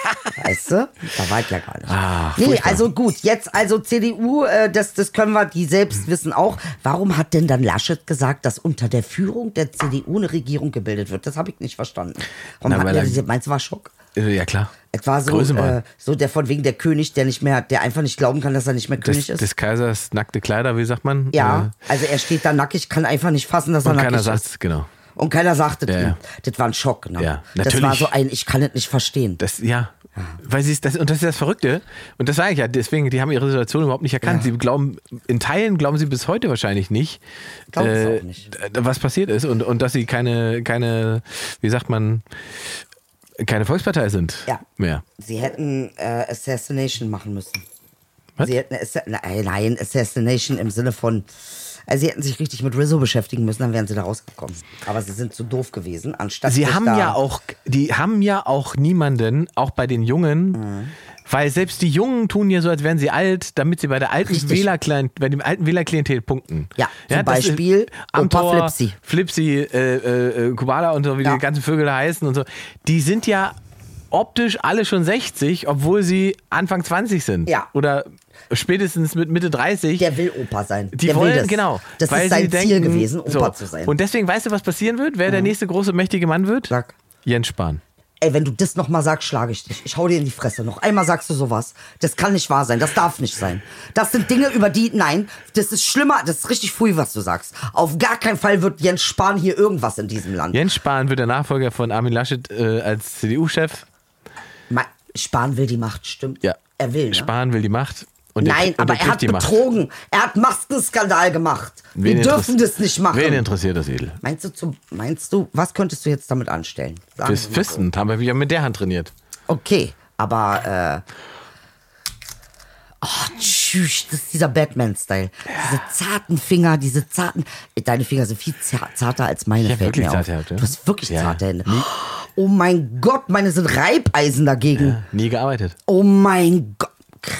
Speaker 2: (laughs)
Speaker 4: weißt du? Da war ich ja gar nicht.
Speaker 2: Ah,
Speaker 4: nee,
Speaker 2: furchtbar.
Speaker 4: also gut, jetzt also CDU, äh, das, das können wir, die selbst wissen auch. Warum hat denn dann Laschet gesagt, dass unter der Führung der CDU eine Regierung gebildet wird? Das habe ich nicht verstanden. Warum
Speaker 2: Na,
Speaker 4: hat
Speaker 2: weil
Speaker 4: mir
Speaker 2: er-
Speaker 4: das, meinst du, war Schock?
Speaker 2: Äh, Ja, klar.
Speaker 4: Es war so,
Speaker 2: Größenwahn.
Speaker 4: äh, so der von wegen der König, der nicht mehr, der einfach nicht glauben kann, dass er nicht mehr
Speaker 2: Des,
Speaker 4: König ist.
Speaker 2: des Kaisers nackte Kleider, wie sagt man?
Speaker 4: ja, also er steht da nackig, kann einfach nicht fassen, dass
Speaker 2: Äh, Und
Speaker 4: er nackig
Speaker 2: keiner
Speaker 4: ist.
Speaker 2: sagt, genau.
Speaker 4: Und keiner sagte
Speaker 2: Ja,
Speaker 4: ihm.
Speaker 2: ja.
Speaker 4: Das war ein Schock. Ne?
Speaker 2: Ja,
Speaker 4: das war
Speaker 2: natürlich.
Speaker 4: so ein, ich kann es nicht verstehen.
Speaker 2: Das, ja.
Speaker 4: Mhm.
Speaker 2: Weil sie ist das, und das ist das Verrückte. Und das sage ich ja, deswegen, die haben ihre Situation überhaupt nicht erkannt. Sie glauben, in Teilen glauben sie bis heute wahrscheinlich nicht,
Speaker 4: Glauben sie
Speaker 2: äh,
Speaker 4: auch nicht.
Speaker 2: d- was passiert ist und, und dass sie keine, keine, wie sagt man, keine Volkspartei sind.
Speaker 4: Ja.
Speaker 2: Mehr.
Speaker 4: Sie hätten äh, Assassination machen müssen.
Speaker 2: Was?
Speaker 4: Sie hätten Assa nein, nein, Assassination im Sinne von. Also sie hätten sich richtig mit Rizzo beschäftigen müssen, dann wären sie da rausgekommen. Aber sie sind zu doof gewesen, anstatt.
Speaker 2: Sie
Speaker 4: sich
Speaker 2: haben
Speaker 4: da
Speaker 2: ja auch, die haben ja auch niemanden, auch bei den Jungen,
Speaker 4: Mhm.
Speaker 2: weil selbst die Jungen tun ja so, als wären sie alt, damit sie bei der alten
Speaker 4: Richtig.
Speaker 2: Wählerklient, bei dem alten Wählerklientel punkten.
Speaker 4: Ja, zum
Speaker 2: das ist
Speaker 4: Beispiel Opa
Speaker 2: Amthor,
Speaker 4: Flipsi.
Speaker 2: Flipsi, äh, äh, Kubala und so, wie
Speaker 4: Ja.
Speaker 2: die ganzen Vögel da heißen und so. Die sind ja optisch alle schon 60, obwohl sie Anfang 20 sind.
Speaker 4: Ja.
Speaker 2: Oder spätestens mit Mitte 30.
Speaker 4: Der will Opa sein.
Speaker 2: Die
Speaker 4: der
Speaker 2: wollen,
Speaker 4: will das.
Speaker 2: genau.
Speaker 4: Das
Speaker 2: weil
Speaker 4: ist
Speaker 2: sie
Speaker 4: sein Ziel
Speaker 2: denken,
Speaker 4: gewesen, Opa
Speaker 2: so.
Speaker 4: zu sein.
Speaker 2: Und deswegen weißt du, was passieren wird? Wer der nächste große, mächtige Mann wird?
Speaker 4: Sag.
Speaker 2: Jens Spahn.
Speaker 4: Ey, wenn du das nochmal sagst, schlage ich dich. Ich hau dir in die Fresse. Noch einmal sagst du sowas. Das kann nicht wahr sein. Das darf nicht sein. Das sind Dinge, über die, nein, das ist schlimmer. Das ist richtig fui, was du sagst. Auf gar keinen Fall wird Jens Spahn hier irgendwas in diesem Land.
Speaker 2: Jens Spahn wird der Nachfolger von Armin Laschet äh, als CDU-Chef.
Speaker 4: Ma- Spahn will die Macht, stimmt.
Speaker 2: Ja.
Speaker 4: Er will. Ne?
Speaker 2: Spahn will die Macht. Und der
Speaker 4: Nein,
Speaker 2: kriegt- und
Speaker 4: aber
Speaker 2: der
Speaker 4: er
Speaker 2: kriegt
Speaker 4: hat
Speaker 2: die Macht.
Speaker 4: betrogen. Er hat Maskenskandal gemacht.
Speaker 2: Wen
Speaker 4: Wir dürfen
Speaker 2: interess-
Speaker 4: das nicht machen.
Speaker 2: Wen interessiert das Edel?
Speaker 4: Meinst du, zum, meinst du, was könntest du jetzt damit anstellen? Sagen
Speaker 2: Bis
Speaker 4: wir mal so.
Speaker 2: Fisten haben wir wieder mit der Hand trainiert.
Speaker 4: Okay, aber äh, oh, tschüss, das ist dieser Batman-Style. Diese zarten Finger, diese zarten. äh, Deine Finger sind viel zar- zarter als meine.
Speaker 2: Ich hab
Speaker 4: fällt
Speaker 2: wirklich
Speaker 4: mir
Speaker 2: zarte
Speaker 4: auf.
Speaker 2: Hände, ja.
Speaker 4: Du hast wirklich
Speaker 2: Ja. Hm.
Speaker 4: zarte Hände. Oh mein Gott, meine sind Reibeisen dagegen.
Speaker 2: Nie gearbeitet.
Speaker 4: Oh mein Gott. Krass,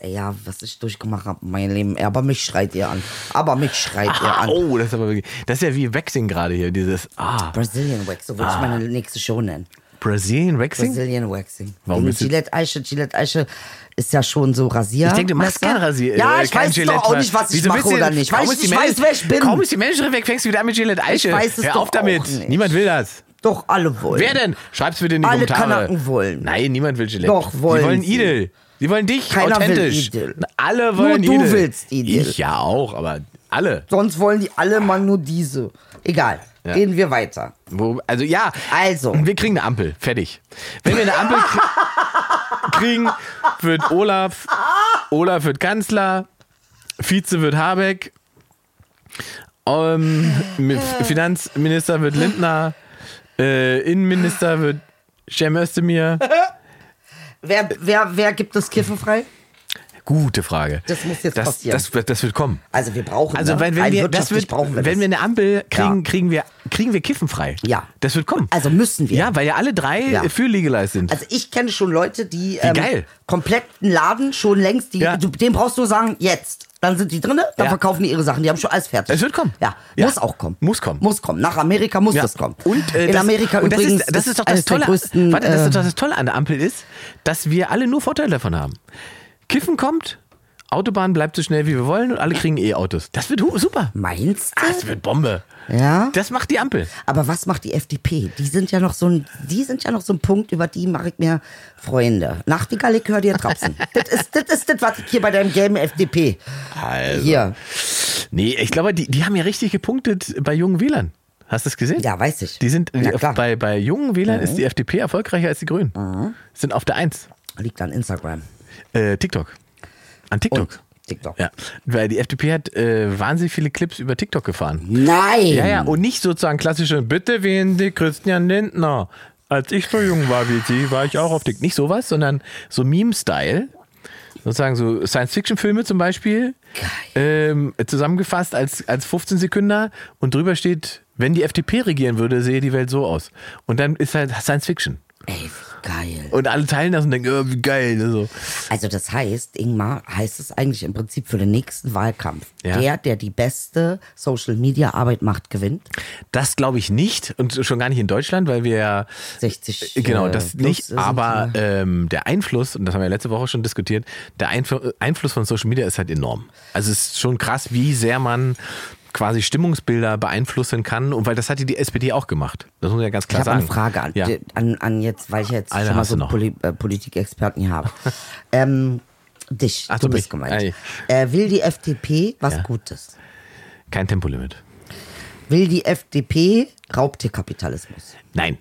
Speaker 4: ey, ja, was ich durchgemacht habe in meinem Leben. Aber mich schreit ihr an. Aber mich schreit ihr an.
Speaker 2: oh, das ist aber wirklich. Das ist ja wie Waxing gerade hier. Dieses Ah,
Speaker 4: Brazilian Wax, so würde ich meine nächste Show nennen.
Speaker 2: Brazilian Waxing?
Speaker 4: Brazilian Waxing.
Speaker 2: Warum
Speaker 4: Wegen
Speaker 2: ist die-
Speaker 4: Gillette Eiche, Gillette Eiche ist ja schon so rasiert.
Speaker 2: Ich denke, du machst kein Rasier.
Speaker 4: Ja,
Speaker 2: äh,
Speaker 4: ich
Speaker 2: kein
Speaker 4: weiß
Speaker 2: Gillette,
Speaker 4: doch auch nicht, was ich
Speaker 2: Wieso
Speaker 4: mache
Speaker 2: willst du
Speaker 4: oder
Speaker 2: denn-
Speaker 4: nicht.
Speaker 2: kaum
Speaker 4: Weil
Speaker 2: ist
Speaker 4: ich
Speaker 2: die
Speaker 4: nicht
Speaker 2: Menschen-
Speaker 4: weiß, wer ich bin.
Speaker 2: Kaum ist die Menschen weg, fängst du wieder an mit Gillette Eiche.
Speaker 4: Ich weiß es
Speaker 2: Hör
Speaker 4: doch
Speaker 2: auf damit.
Speaker 4: auch nicht.
Speaker 2: Niemand will das.
Speaker 4: Doch, alle wollen.
Speaker 2: Wer denn? Schreib's bitte in die
Speaker 4: Alle
Speaker 2: Kommentare.
Speaker 4: Kanaken wollen.
Speaker 2: Nein, niemand will Gillette.
Speaker 4: Doch, wollen
Speaker 2: Die wollen
Speaker 4: sie.
Speaker 2: Idel. Die wollen dich,
Speaker 4: Keiner will
Speaker 2: authentisch.
Speaker 4: Idel.
Speaker 2: Alle
Speaker 4: Nur
Speaker 2: wollen
Speaker 4: du
Speaker 2: Idel.
Speaker 4: willst Idel.
Speaker 2: Ich ja auch, aber alle.
Speaker 4: Sonst wollen die alle mal nur diese. Egal,
Speaker 2: Ja.
Speaker 4: reden wir weiter.
Speaker 2: Wo, also ja.
Speaker 4: Also.
Speaker 2: Wir kriegen eine Ampel. Fertig. Wenn wir eine Ampel krie- (laughs) kriegen, wird Olaf, Olaf wird Kanzler, Vize wird Habeck, ähm, Mi- Finanzminister wird Lindner, äh, Innenminister wird Cem Özdemir.
Speaker 4: Wer, wer, wer gibt das Kiffen frei?
Speaker 2: Gute Frage.
Speaker 4: Das muss jetzt
Speaker 2: das,
Speaker 4: passieren.
Speaker 2: Das, wird- das wird kommen.
Speaker 4: Also wir brauchen
Speaker 2: Also
Speaker 4: ne?
Speaker 2: wenn, wenn
Speaker 4: Rein
Speaker 2: wir, das
Speaker 4: wirtschaftlich
Speaker 2: wird,
Speaker 4: brauchen wir
Speaker 2: wenn wir
Speaker 4: das.
Speaker 2: eine Ampel kriegen,
Speaker 4: Ja.
Speaker 2: kriegen wir kriegen wir Kiffen frei.
Speaker 4: Ja.
Speaker 2: Das wird kommen.
Speaker 4: Also müssen wir.
Speaker 2: Ja, weil ja alle drei
Speaker 4: Ja.
Speaker 2: für legalized sind.
Speaker 4: Also ich kenne schon Leute, die ähm,
Speaker 2: geil.
Speaker 4: kompletten Laden schon längst, die,
Speaker 2: Ja.
Speaker 4: du, dem brauchst du nur sagen, jetzt. Dann sind die drinne, dann
Speaker 2: Ja.
Speaker 4: verkaufen die ihre Sachen. Die haben schon alles fertig.
Speaker 2: Es wird kommen.
Speaker 4: Ja,
Speaker 2: Ja.
Speaker 4: muss auch kommen.
Speaker 2: Muss kommen.
Speaker 4: Muss kommen. Nach Amerika muss
Speaker 2: Ja.
Speaker 4: das kommen.
Speaker 2: Und, äh,
Speaker 4: In
Speaker 2: das,
Speaker 4: Amerika
Speaker 2: und
Speaker 4: übrigens
Speaker 2: das ist, das ist doch das
Speaker 4: eines
Speaker 2: Tolle.
Speaker 4: der größten...
Speaker 2: warte, das ist doch
Speaker 4: äh,
Speaker 2: das Tolle an der Ampel ist, dass wir alle nur Vorteile davon haben. Kiffen kommt, Autobahn bleibt so schnell wie wir wollen und alle kriegen E-Autos. Das wird hu- super.
Speaker 4: meinst
Speaker 2: Ah, Das
Speaker 4: du?
Speaker 2: wird Bombe.
Speaker 4: Ja.
Speaker 2: Das macht die Ampel.
Speaker 4: Aber was macht die FDP? Die sind ja noch so ein, die sind ja noch so ein Punkt, über die mache ich mir Freunde. Nachtigallikör
Speaker 2: (laughs)
Speaker 4: dir trapsen. das ist das, ist das, was ich hier bei deinem gelben FDP.
Speaker 2: Also.
Speaker 4: Hier.
Speaker 2: Nee, ich glaube, die, die haben ja richtig gepunktet bei jungen Wählern. Hast du das gesehen?
Speaker 4: Ja, weiß ich.
Speaker 2: Die sind
Speaker 4: Ja,
Speaker 2: die-
Speaker 4: klar. Mhm.
Speaker 2: bei, bei jungen Wählern ist die FDP erfolgreicher als die Grünen. Sind auf der Eins.
Speaker 4: Liegt an Instagram.
Speaker 2: Äh, TikTok. An TikTok.
Speaker 4: Und TikTok.
Speaker 2: Ja, weil die FDP hat äh, wahnsinnig viele Clips über TikTok gefahren.
Speaker 4: Nein!
Speaker 2: Ja, ja, und nicht sozusagen klassische, bitte wählen Sie Christian Lindner. Als ich so jung war wie Sie, war ich auch auf TikTok. Nicht sowas, sondern so Meme-Style. Sozusagen so Science-Fiction-Filme zum Beispiel. Ähm, zusammengefasst als, als 15 Sekünder und drüber steht, wenn die FDP regieren würde, sehe die Welt so aus. Und dann ist halt Science-Fiction.
Speaker 4: Ey, wie geil.
Speaker 2: Und alle teilen das und denken, oh, wie geil. Also,
Speaker 4: Also das heißt, Ingmar, heißt es eigentlich im Prinzip für den nächsten Wahlkampf.
Speaker 2: Ja.
Speaker 4: Der, der die beste Social-Media-Arbeit macht, gewinnt.
Speaker 2: das glaube ich nicht und schon gar nicht in Deutschland, weil wir ja
Speaker 4: 60.
Speaker 2: Genau,
Speaker 4: äh,
Speaker 2: das
Speaker 4: plus
Speaker 2: nicht,
Speaker 4: sind
Speaker 2: aber
Speaker 4: wir.
Speaker 2: ähm, der Einfluss, und das haben wir letzte Woche schon diskutiert, der Einf- Einfluss von Social Media ist halt enorm. Also es ist schon krass, wie sehr man quasi Stimmungsbilder beeinflussen kann und weil das hatte die SPD auch gemacht. Das muss man ja ganz
Speaker 4: ich
Speaker 2: klar
Speaker 4: habe eine
Speaker 2: sagen.
Speaker 4: Frage an, äh,
Speaker 2: Ja.
Speaker 4: an, an jetzt, weil ich jetzt
Speaker 2: Eine
Speaker 4: schon mal
Speaker 2: hast
Speaker 4: so
Speaker 2: du noch.
Speaker 4: Poli äh, Politikexperten
Speaker 2: (laughs)
Speaker 4: hier habe. ähm, dich,
Speaker 2: Ach
Speaker 4: du
Speaker 2: so,
Speaker 4: bist
Speaker 2: mich.
Speaker 4: gemeint.
Speaker 2: Ey.
Speaker 4: Äh, will die FDP was
Speaker 2: Ja.
Speaker 4: Gutes?
Speaker 2: Kein Tempolimit.
Speaker 4: Will die FDP Raubtierkapitalismus?
Speaker 2: Nein.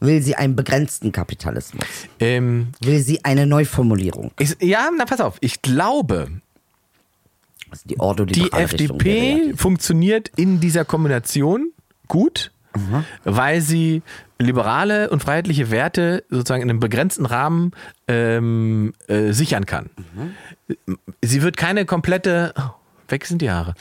Speaker 4: Will sie einen begrenzten Kapitalismus?
Speaker 2: Ähm,
Speaker 4: Will sie eine Neuformulierung?
Speaker 2: ich, ja, na pass auf. Ich glaube,
Speaker 4: Das ist Also die Ordo
Speaker 2: die FDP funktioniert in dieser Kombination gut, weil sie liberale und freiheitliche Werte sozusagen in einem begrenzten Rahmen ähm, äh, sichern kann. Sie wird keine komplette oh, Weg sind die Haare.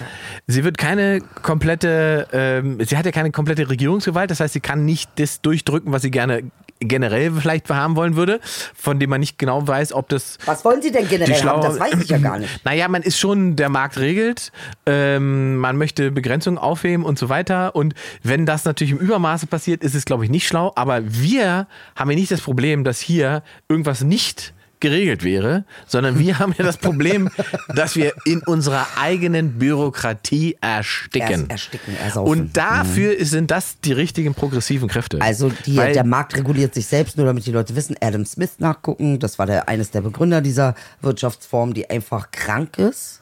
Speaker 2: Sie wird keine komplette, ähm, sie hat ja keine komplette Regierungsgewalt, das heißt, sie kann nicht das durchdrücken, was sie gerne generell vielleicht haben wollen würde, von dem man nicht genau weiß, ob das
Speaker 4: Was wollen Sie denn generell haben? Äh, Das weiß ich ja gar
Speaker 2: (clears throat)
Speaker 4: nicht.
Speaker 2: Naja, man ist schon, der Markt regelt, ähm, man möchte Begrenzungen aufheben und so weiter. Und wenn das natürlich im Übermaße passiert, ist es, glaube ich, nicht schlau. Aber wir haben ja nicht das Problem, dass hier irgendwas nicht geregelt wäre, sondern
Speaker 4: (laughs)
Speaker 2: wir haben ja das Problem, dass wir in unserer eigenen Bürokratie ersticken.
Speaker 4: Ers- ersticken, ersaufen.
Speaker 2: Und dafür sind das die richtigen progressiven Kräfte.
Speaker 4: Mhm. Also die,
Speaker 2: Weil-
Speaker 4: der Markt reguliert sich selbst, nur damit die Leute wissen, Adam Smith nachgucken, das war der, eines der Begründer dieser Wirtschaftsform, die einfach krank ist.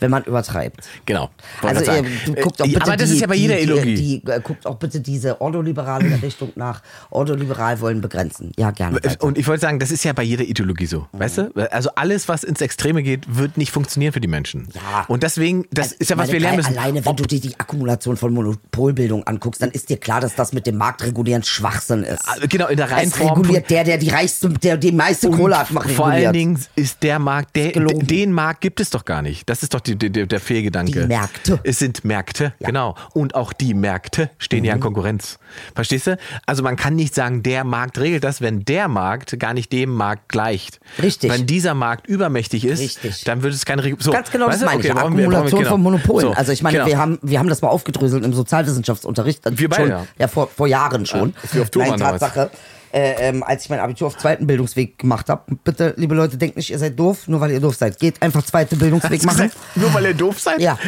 Speaker 4: wenn man übertreibt.
Speaker 2: Genau. Wollte
Speaker 4: Also ihr
Speaker 2: gerade sagen.
Speaker 4: guckt auch
Speaker 2: Äh,
Speaker 4: bitte
Speaker 2: aber das
Speaker 4: die,
Speaker 2: ist ja bei jeder
Speaker 4: die,
Speaker 2: Ideologie.
Speaker 4: Die, die, äh, guckt auch bitte diese ordoliberale Richtung nach. Ordoliberal wollen begrenzen. Ja, gerne. weiter. Mhm.
Speaker 2: Und ich wollte sagen, das ist ja bei jeder Ideologie so, weißt du? Also alles, was ins Extreme geht, wird nicht funktionieren für die Menschen.
Speaker 4: Ja.
Speaker 2: Und deswegen, das
Speaker 4: Also,
Speaker 2: ist ja, was
Speaker 4: meine
Speaker 2: wir lernen
Speaker 4: Kleine,
Speaker 2: müssen.
Speaker 4: Alleine, wenn
Speaker 2: Ob-
Speaker 4: du dir die Akkumulation von Monopolbildung anguckst, dann ist dir klar, dass das mit dem Marktregulieren Schwachsinn ist.
Speaker 2: Ah, genau, in der reinen
Speaker 4: Es
Speaker 2: Form.
Speaker 4: reguliert der, der die reichste, der die meiste
Speaker 2: Und
Speaker 4: Kohle hat, macht
Speaker 2: Vor allen
Speaker 4: reguliert.
Speaker 2: Dingen ist der Markt, der,
Speaker 4: gelogen.
Speaker 2: den Markt gibt es doch gar nicht. Das ist doch die, die, der Fehlgedanke.
Speaker 4: Die Märkte.
Speaker 2: Es sind Märkte, genau. Und auch die Märkte stehen ja in
Speaker 4: Mhm.
Speaker 2: Konkurrenz. Verstehst du? Also man kann nicht sagen, der Markt regelt das, wenn der Markt gar nicht dem Markt gleicht.
Speaker 4: Richtig.
Speaker 2: Wenn dieser Markt übermächtig ist,
Speaker 4: Richtig.
Speaker 2: dann würde es keine Regel. So,
Speaker 4: Ganz genau
Speaker 2: weißt
Speaker 4: das
Speaker 2: du?
Speaker 4: meine ich.
Speaker 2: Okay, brauchen wir- brauchen wir-
Speaker 4: Akkumulation
Speaker 2: genau.
Speaker 4: von Monopolen.
Speaker 2: So,
Speaker 4: also ich meine,
Speaker 2: genau. (laughs)
Speaker 4: wir, haben, wir haben das mal aufgedröselt im Sozialwissenschaftsunterricht.
Speaker 2: Wir beide,
Speaker 4: schon,
Speaker 2: ja.
Speaker 4: ja vor, vor Jahren schon.
Speaker 2: wie auf Thomann
Speaker 4: Nein, Tatsache. Äh, ähm, als ich mein Abitur auf zweiten Bildungsweg gemacht habe, bitte, liebe Leute, denkt nicht, ihr seid doof, nur weil ihr doof seid. Geht einfach
Speaker 2: (laughs)
Speaker 4: zweiten Bildungsweg machen.
Speaker 2: Nur weil ihr doof seid?
Speaker 4: Ja.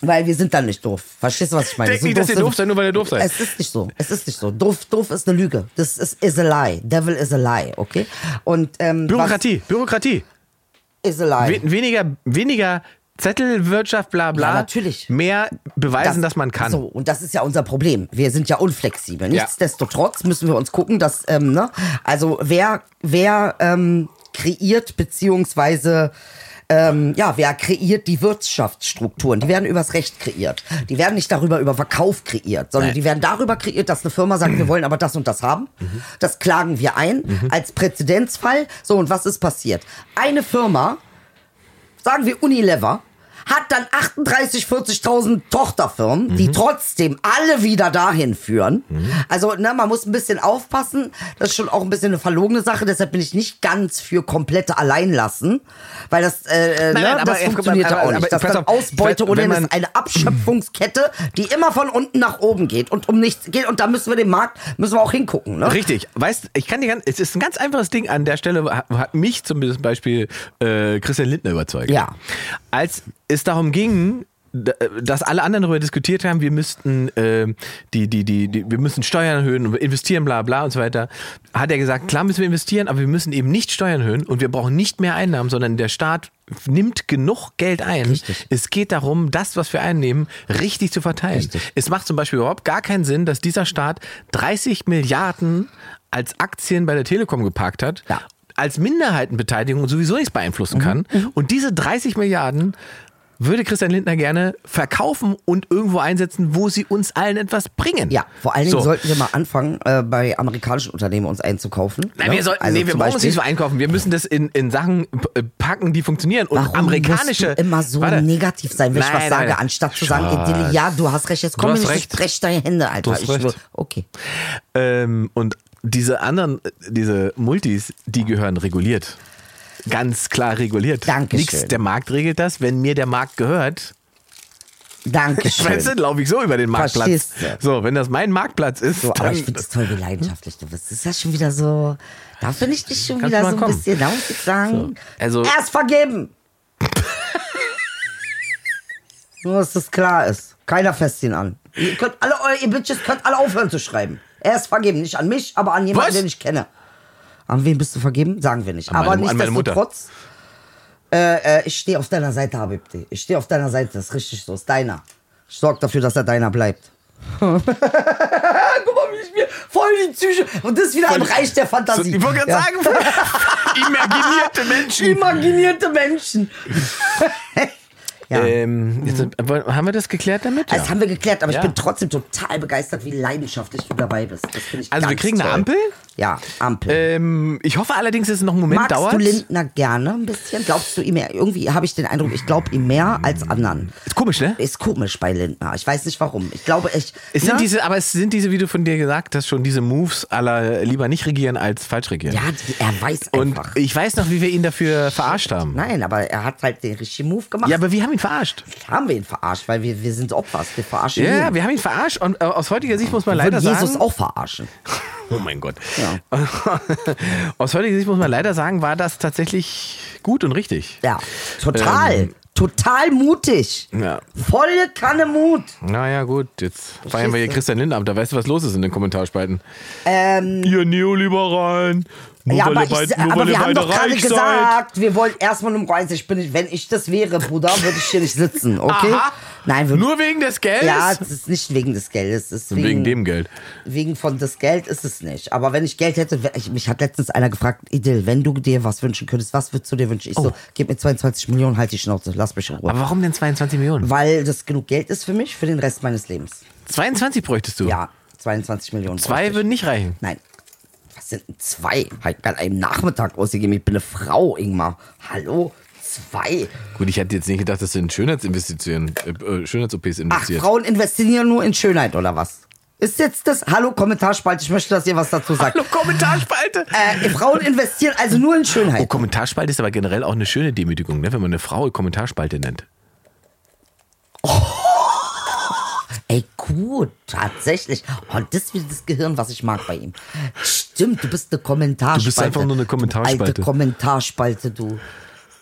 Speaker 4: Weil wir sind dann nicht doof. Verstehst du, was ich meine?
Speaker 2: Denkt
Speaker 4: So
Speaker 2: nicht, dass ihr
Speaker 4: sind-
Speaker 2: doof seid, nur weil ihr doof seid.
Speaker 4: Es ist nicht so. Es ist nicht so. Doof, doof ist eine Lüge. Das ist, is a lie. Devil is a lie, okay? Und, ähm,
Speaker 2: Bürokratie, Bürokratie.
Speaker 4: was- Is a lie.
Speaker 2: We weniger, weniger Zettelwirtschaft, bla bla.
Speaker 4: Ja, natürlich.
Speaker 2: Mehr beweisen, dass man kann.
Speaker 4: So, und das ist ja unser Problem. Wir sind ja unflexibel. Nichtsdestotrotz müssen wir uns gucken, dass, ähm, ne, also wer, wer ähm, kreiert beziehungsweise ähm, ja, wer kreiert die Wirtschaftsstrukturen? Die werden übers Recht kreiert. Die werden nicht darüber über Verkauf kreiert, sondern die werden darüber kreiert, dass eine Firma sagt, wir wollen aber das und das haben.
Speaker 2: Mhm.
Speaker 4: Das klagen wir ein als Präzedenzfall. So, und was ist passiert? Eine Firma sagen wir Unilever, hat dann 38, 40.000 Tochterfirmen, die
Speaker 2: Mhm.
Speaker 4: trotzdem alle wieder dahin führen. Also, ne, man muss ein bisschen aufpassen. Das ist schon auch ein bisschen eine verlogene Sache. Deshalb bin ich nicht ganz für komplette Alleinlassen, weil das, äh,
Speaker 2: Nein,
Speaker 4: ne,
Speaker 2: nein, aber-
Speaker 4: das funktioniert
Speaker 2: aber-
Speaker 4: ja
Speaker 2: aber-
Speaker 4: auch nicht.
Speaker 2: aber-
Speaker 4: das
Speaker 2: pass
Speaker 4: ist dann
Speaker 2: auf,
Speaker 4: Ausbeute
Speaker 2: wenn-
Speaker 4: oder
Speaker 2: wenn
Speaker 4: das
Speaker 2: man-
Speaker 4: ist eine Abschöpfungskette, die immer von unten nach oben geht und um nichts geht. Und da müssen wir den Markt, müssen wir auch hingucken, ne?
Speaker 2: Richtig, weißt ich kann dir ganz, es ist ein ganz einfaches Ding. An der Stelle hat, hat mich zum Beispiel äh, Christian Lindner überzeugt.
Speaker 4: Ja.
Speaker 2: Als es darum ging, d- äh, dass alle anderen darüber diskutiert haben, wir müssten äh, die, die, die, die, wir müssen Steuern erhöhen und investieren, bla bla und so weiter, hat er gesagt, klar müssen wir investieren, aber wir müssen eben nicht Steuern erhöhen und wir brauchen nicht mehr Einnahmen, sondern der Staat nimmt genug Geld ein. Es geht darum, das, was wir einnehmen, richtig zu verteilen. Es macht zum Beispiel überhaupt gar keinen Sinn, dass dieser Staat 30 Milliarden als Aktien bei der Telekom geparkt hat,
Speaker 4: Ja.
Speaker 2: als Minderheitenbeteiligung sowieso nichts beeinflussen
Speaker 4: Mhm.
Speaker 2: kann. Und diese 30 Milliarden würde Christian Lindner gerne verkaufen und irgendwo einsetzen, wo sie uns allen etwas bringen.
Speaker 4: Ja, vor allen Dingen
Speaker 2: So.
Speaker 4: sollten wir mal anfangen, äh, bei amerikanischen Unternehmen uns einzukaufen.
Speaker 2: Nein,
Speaker 4: ne?
Speaker 2: wir sollten,
Speaker 4: Also
Speaker 2: nee, wir
Speaker 4: zum
Speaker 2: brauchen uns
Speaker 4: Beispiel-
Speaker 2: nicht so einkaufen. Wir müssen das in, in Sachen p- äh, packen, die funktionieren. Und
Speaker 4: Warum
Speaker 2: amerikanische.
Speaker 4: musst du immer so
Speaker 2: Warte.
Speaker 4: negativ sein, wenn ich
Speaker 2: Nein,
Speaker 4: was sage,
Speaker 2: nein.
Speaker 4: anstatt zu sagen, Edile, ja, du hast recht, jetzt komm mir
Speaker 2: hast
Speaker 4: nicht
Speaker 2: recht.
Speaker 4: recht. recht deine Hände, Alter.
Speaker 2: hast
Speaker 4: ich
Speaker 2: recht.
Speaker 4: schwör. okay.
Speaker 2: Ähm, und diese anderen, diese Multis, die gehören reguliert. Ganz klar reguliert.
Speaker 4: Dankeschön.
Speaker 2: Nichts, der Markt regelt das. Wenn mir der Markt gehört, weißt du,
Speaker 4: Dankeschön.
Speaker 2: laufe ich so über den Marktplatz.
Speaker 4: Verstehst du.
Speaker 2: So, wenn das mein Marktplatz ist,
Speaker 4: So, aber
Speaker 2: dann
Speaker 4: ich finde es toll, wie leidenschaftlich du bist. Das ist ja schon wieder so. Da finde ich dich schon
Speaker 2: Kannst
Speaker 4: wieder
Speaker 2: mal
Speaker 4: so ein
Speaker 2: kommen.
Speaker 4: bisschen. Da muss ich sagen.
Speaker 2: So, also-
Speaker 4: er
Speaker 2: (laughs)
Speaker 4: ist vergeben. Nur, dass das klar ist. Keiner fässt ihn an. Ihr könnt alle, eu- ihr Bitches könnt alle aufhören zu schreiben. Er ist vergeben. Nicht an mich, aber an jemanden,
Speaker 2: Was?
Speaker 4: den ich kenne. An wen bist du vergeben? Sagen wir nicht.
Speaker 2: An meine
Speaker 4: aber
Speaker 2: Mu- an meine Mutter.
Speaker 4: nichtsdestotrotz. Äh, äh, ich stehe auf deiner Seite, Habibti. Ich stehe auf deiner Seite. Das ist richtig so. Ist deiner. Ich sorge dafür, dass er deiner bleibt. (laughs) Guck mal, wie ich mir voll die Psyche. Und das ist wieder im Reich der
Speaker 2: So,
Speaker 4: Fantasie.
Speaker 2: ich wollte gerade
Speaker 4: Ja.
Speaker 2: sagen,
Speaker 4: (laughs)
Speaker 2: imaginierte Menschen.
Speaker 4: Imaginierte
Speaker 2: (laughs)
Speaker 4: Menschen. ja. Mhm.
Speaker 2: Ähm, jetzt, haben wir das geklärt damit?
Speaker 4: Das haben wir geklärt, aber
Speaker 2: Ja.
Speaker 4: ich bin trotzdem total begeistert, wie leidenschaftlich du dabei bist. Das finde ich
Speaker 2: Also, wir
Speaker 4: ganz
Speaker 2: kriegen eine
Speaker 4: toll.
Speaker 2: Ampel?
Speaker 4: Ja, Ampel.
Speaker 2: ähm, ich hoffe allerdings, dass es noch einen Moment
Speaker 4: Magst
Speaker 2: dauert.
Speaker 4: du Lindner gerne ein bisschen? Glaubst du ihm mehr? Irgendwie habe ich den Eindruck, ich glaube ihm mehr als anderen.
Speaker 2: Ist komisch, ne?
Speaker 4: Ist komisch bei Lindner. Ich weiß nicht warum. Ich glaube, ich.
Speaker 2: Es sind
Speaker 4: ne?
Speaker 2: diese, aber es sind diese, wie du von dir gesagt hast, schon diese Moves aller lieber nicht regieren als falsch regieren.
Speaker 4: ja, die, er weiß
Speaker 2: Und
Speaker 4: einfach.
Speaker 2: ich weiß noch, wie wir ihn dafür verarscht haben.
Speaker 4: Nein, aber er hat halt den richtigen Move gemacht.
Speaker 2: Ja, aber wir haben ihn verarscht.
Speaker 4: haben wir ihn verarscht, weil wir, wir sind Opfer. Wir verarschen ihn.
Speaker 2: Ja, wir haben ihn verarscht. Und äh, aus heutiger Sicht muss man leider
Speaker 4: Würde Jesus
Speaker 2: sagen.
Speaker 4: auch verarschen.
Speaker 2: Oh mein Gott. (laughs) aus heutiger Sicht muss man leider sagen, war das tatsächlich gut und richtig.
Speaker 4: Ja, total.
Speaker 2: Ähm.
Speaker 4: total mutig.
Speaker 2: Ja.
Speaker 4: Volle Kanne Mut.
Speaker 2: Naja, gut, jetzt feiern wir hier
Speaker 4: Verstehst du?
Speaker 2: Christian Lindner ab. Da weißt du, was los ist in den Kommentarspalten. Ihr Neoliberalen,
Speaker 5: Nur
Speaker 4: Ähm, ja,
Speaker 5: weil
Speaker 4: aber,
Speaker 5: ihr beid-
Speaker 4: ich,
Speaker 5: nur
Speaker 4: aber
Speaker 5: weil
Speaker 4: wir
Speaker 5: ihr
Speaker 4: haben
Speaker 5: beide
Speaker 4: doch gerade
Speaker 5: reich seid.
Speaker 4: gesagt, wir wollen erstmal um Reis. Ich bin nicht, wenn ich das wäre, Bruder, würde ich hier nicht sitzen, okay?
Speaker 2: Aha.
Speaker 4: Nein, wir,
Speaker 2: Nur wegen des Geldes?
Speaker 4: ja, es ist nicht wegen des Geldes. Es ist wegen,
Speaker 2: wegen dem Geld.
Speaker 4: Wegen von das Geld ist es nicht. Aber wenn ich Geld hätte, wär- ich, mich hat letztens einer gefragt, Idil, wenn du dir was wünschen könntest, was würdest du dir wünschen? Ich
Speaker 2: Oh.
Speaker 4: so, gib mir 22 Millionen, halt die Schnauze, lass mich in Ruhe.
Speaker 6: Aber warum denn 22 Millionen?
Speaker 4: Weil das genug Geld ist für mich, für den Rest meines Lebens.
Speaker 2: 22 bräuchtest du.
Speaker 4: Ja, 22 Millionen. bräuchte
Speaker 2: Oh. Zwei
Speaker 4: ich.
Speaker 2: würden nicht reichen.
Speaker 4: Nein. Was sind denn zwei? Halt an einem Nachmittag ausgegeben. Ich bin eine Frau, Ingmar. Hallo? Zwei.
Speaker 2: Gut, ich hätte jetzt nicht gedacht, dass du in Schönheitsinvestitionen, äh, äh, Schönheits-OPs
Speaker 4: Ach,
Speaker 2: investierst.
Speaker 4: Frauen investieren nur in Schönheit, oder was? Ist jetzt das. Hallo, Kommentarspalte. Ich möchte, dass ihr was dazu sagt.
Speaker 2: Hallo, Kommentarspalte!
Speaker 4: Äh, Frauen investieren also nur in
Speaker 2: Oh,
Speaker 4: Schönheit.
Speaker 2: Kommentarspalte ist aber generell auch eine schöne Demütigung, ne? wenn man eine Frau Kommentarspalte nennt.
Speaker 4: Ey, gut, tatsächlich. Oh, das ist wieder das Gehirn, was ich mag bei ihm. Stimmt, du bist eine Kommentarspalte.
Speaker 2: Du bist einfach nur eine
Speaker 4: Du
Speaker 2: Kommentarspalte.
Speaker 4: alte Kommentarspalte, du.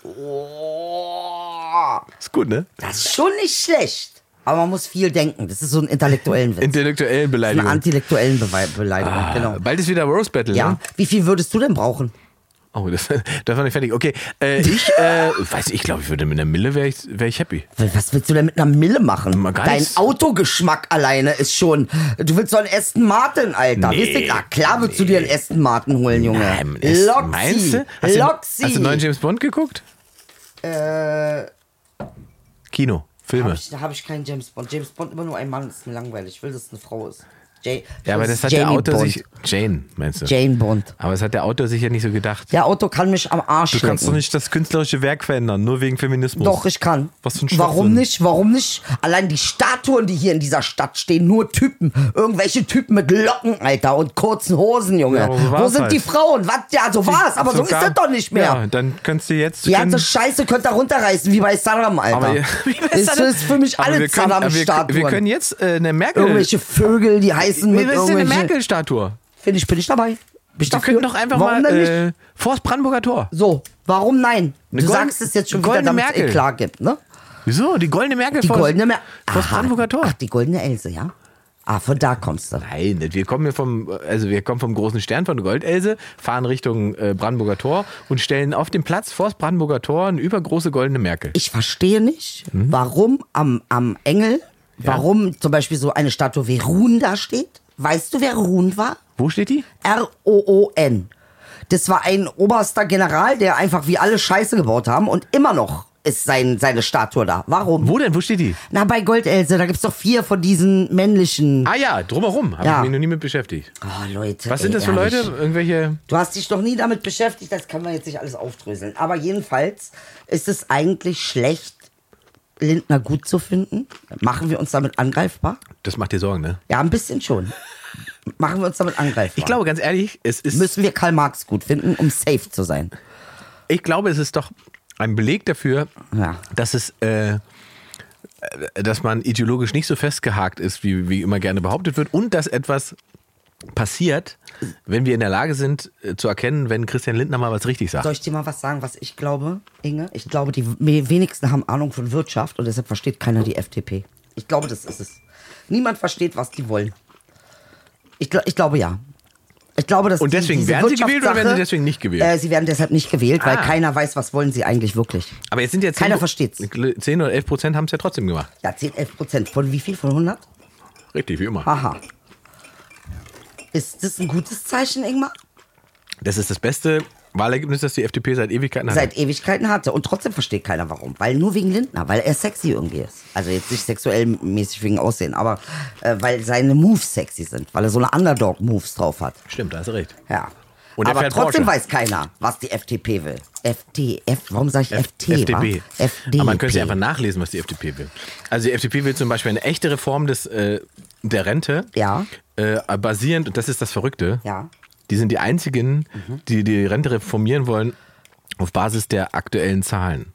Speaker 4: Oh.
Speaker 2: Ist gut, ne?
Speaker 4: Das ist schon nicht schlecht. Aber man muss viel denken. Das ist so ein
Speaker 2: (laughs)
Speaker 4: intellektuellen Witz.
Speaker 2: Intellektuellen
Speaker 4: Eine
Speaker 2: Beleidigung. Ah,
Speaker 4: antillektuellen Bewe- Beleidigung, genau.
Speaker 2: Bald ist wieder Rose Battle, ne?
Speaker 4: Ja. Wie viel würdest du denn brauchen?
Speaker 2: Oh, das, (laughs) das war nicht fertig. Okay, äh, ich, (laughs) äh, weiß ich, glaube, ich würde mit einer Mille wäre ich, wär ich happy.
Speaker 4: Weil Was willst du denn mit einer Mille machen?
Speaker 2: Mal gar
Speaker 4: Dein
Speaker 2: nichts.
Speaker 4: Autogeschmack alleine ist schon. Du willst so einen Aston Martin, Alter.
Speaker 2: Nee.
Speaker 4: Weißt du, na klar würdest du dir einen Aston Martin holen, Junge.
Speaker 2: Ähm, es-
Speaker 4: Loxi.
Speaker 2: Meinst du? Hast du,
Speaker 4: Loxi.
Speaker 2: hast du neuen James Bond geguckt?
Speaker 4: äh,
Speaker 2: Kino, Filme.
Speaker 4: hab ich, da habe ich keinen James Bond. James Bond immer nur ein Mann, ist mir langweilig. Ich will, dass es eine Frau ist. Ja,
Speaker 2: Ja, aber das hat der Autor sich. Jane, meinst du?
Speaker 4: Jane Bond.
Speaker 2: Aber das hat der Autor sich ja nicht so gedacht.
Speaker 4: Der Auto kann mich am Arsch
Speaker 2: Du kannst doch
Speaker 4: lecken.
Speaker 2: nicht das künstlerische Werk verändern, nur wegen Feminismus.
Speaker 4: Doch, ich kann.
Speaker 2: Was für ein
Speaker 4: Warum
Speaker 2: Schwachsinn.
Speaker 4: nicht? Warum nicht? Allein die Statuen, die hier in dieser Stadt stehen, nur Typen. Irgendwelche Typen mit Locken, Alter, und kurzen Hosen, Junge.
Speaker 2: Ja, aber so
Speaker 4: Wo
Speaker 2: war's
Speaker 4: sind die
Speaker 2: halt.
Speaker 4: Frauen? Was? Ja, so war's, aber so, ist
Speaker 2: gar-
Speaker 4: das doch nicht mehr.
Speaker 2: Ja, dann kannst du jetzt.
Speaker 4: Die
Speaker 2: können-
Speaker 4: ganze Scheiße könnt ihr runterreißen, wie bei Saddam, Alter.
Speaker 2: aber, (laughs) wie bei
Speaker 4: ist,
Speaker 2: Saddam-
Speaker 4: ist für mich
Speaker 2: Aber
Speaker 4: alle
Speaker 2: wir können- aber wir-
Speaker 4: Saddam-Statuen.
Speaker 2: Wir können jetzt äh, eine Merkel.
Speaker 4: irgendwelche Vögel, die heißen
Speaker 2: Wie
Speaker 4: mit
Speaker 2: ist denn eine
Speaker 4: irgendwelchen...
Speaker 2: Merkel-Statue?
Speaker 4: Finde ich, bin ich dabei. Bin
Speaker 2: Wir
Speaker 4: ich dafür?
Speaker 2: können doch einfach
Speaker 4: Warum
Speaker 2: mal
Speaker 4: denn nicht?
Speaker 2: äh, vor das Brandenburger Tor.
Speaker 4: So, warum nein?
Speaker 2: Eine
Speaker 4: Du
Speaker 2: golden-
Speaker 4: sagst es jetzt schon wieder,
Speaker 2: goldene
Speaker 4: damit es eh
Speaker 2: Merkel.
Speaker 4: klar gibt, ne?
Speaker 2: Wieso? Die goldene Merkel
Speaker 4: Die
Speaker 2: vor
Speaker 4: goldene Mer
Speaker 2: vor das
Speaker 4: Aha.
Speaker 2: Brandenburger Tor.
Speaker 4: Ach, die goldene Else, ja? Ah, von da kommst du.
Speaker 2: Nein, wir kommen hier vom, also wir kommen vom großen Stern von Goldelse, fahren Richtung äh, Brandenburger Tor und stellen auf dem Platz vor das Brandenburger Tor eine übergroße goldene Merkel.
Speaker 4: Ich verstehe nicht,
Speaker 2: Mhm.
Speaker 4: warum am, am Engel, warum zum Beispiel so eine Statue wie Ruhn da steht. Weißt du, wer Ruhn war?
Speaker 2: Wo steht die?
Speaker 4: R-O-O-N. Das war ein oberster General, der einfach wie alle Scheiße gebaut haben und immer noch ist sein, seine Statue da. Warum?
Speaker 2: Wo denn? Wo steht die?
Speaker 4: Na, bei Goldelse, da gibt's doch vier von diesen männlichen.
Speaker 2: Ah ja, drumherum. Habe
Speaker 4: Ja.
Speaker 2: ich mich noch nie mit beschäftigt.
Speaker 4: Oh, Leute.
Speaker 2: Ah, Was
Speaker 4: ey,
Speaker 2: sind das für
Speaker 4: ehrlich.
Speaker 2: Leute? Irgendwelche.
Speaker 4: Du hast dich noch nie damit beschäftigt, das kann man jetzt nicht alles aufdröseln. Aber jedenfalls ist es eigentlich schlecht, Lindner gut zu finden. Machen wir uns damit angreifbar?
Speaker 2: Das macht dir Sorgen, ne?
Speaker 4: Ja, ein bisschen schon. Machen wir uns damit angreifbar.
Speaker 2: Ich glaube, ganz ehrlich, es ist.
Speaker 4: Müssen wir Karl Marx gut finden, um safe zu sein.
Speaker 2: ich glaube, es ist doch ein Beleg dafür,
Speaker 4: Ja.
Speaker 2: dass es, äh, äh, dass man ideologisch nicht so festgehakt ist, wie, wie immer gerne behauptet wird, und dass etwas passiert, wenn wir in der Lage sind äh, zu erkennen, wenn Christian Lindner mal was richtig sagt.
Speaker 4: Soll ich dir mal was sagen, was ich glaube, Inge? Ich glaube, die me- wenigsten haben Ahnung von Wirtschaft und deshalb versteht keiner die FDP. Ich glaube, das ist es. Niemand versteht, was die wollen. Ich, gl ich glaube ja. Ich glaube, dass
Speaker 2: Und
Speaker 4: die-
Speaker 2: deswegen
Speaker 4: diese
Speaker 2: werden sie gewählt oder werden sie
Speaker 4: Wirtschaftssache-
Speaker 2: deswegen nicht gewählt?
Speaker 4: Äh, sie werden deshalb nicht gewählt, weil
Speaker 2: Ah.
Speaker 4: keiner weiß, was wollen sie eigentlich wirklich.
Speaker 2: Aber jetzt sind ja 10,
Speaker 4: Keiner versteht's.
Speaker 2: 10 oder 11 Prozent haben es ja trotzdem gemacht.
Speaker 4: Ja, 10, 11 Prozent. Von wie viel? Von 100?
Speaker 2: Richtig, wie immer.
Speaker 4: Aha. Ist das ein gutes Zeichen, Ingmar?
Speaker 2: Das ist das beste Wahlergebnis, das die FDP seit Ewigkeiten hat.
Speaker 4: seit Ewigkeiten hatte. Und trotzdem versteht keiner warum. Weil nur wegen Lindner, weil er sexy irgendwie ist. Also jetzt nicht sexuell mäßig wegen Aussehen, aber äh, weil seine Moves sexy sind, weil er so eine Underdog-Moves drauf hat.
Speaker 2: Stimmt, da hast du recht.
Speaker 4: Ja.
Speaker 2: Und er
Speaker 4: aber
Speaker 2: fährt
Speaker 4: trotzdem
Speaker 2: Porsche.
Speaker 4: weiß keiner, was die FDP will. FDF, warum sage ich FT?
Speaker 2: FDP.
Speaker 4: wa? FDP.
Speaker 2: Aber man könnte ja einfach nachlesen, was die FDP will. Also die FDP will zum Beispiel eine echte Reform des, äh, der Rente.
Speaker 4: Ja.
Speaker 2: Äh, basierend, und das ist das Verrückte,
Speaker 4: Ja. Mhm.
Speaker 2: die sind die einzigen, die die Rente reformieren wollen auf Basis der aktuellen Zahlen.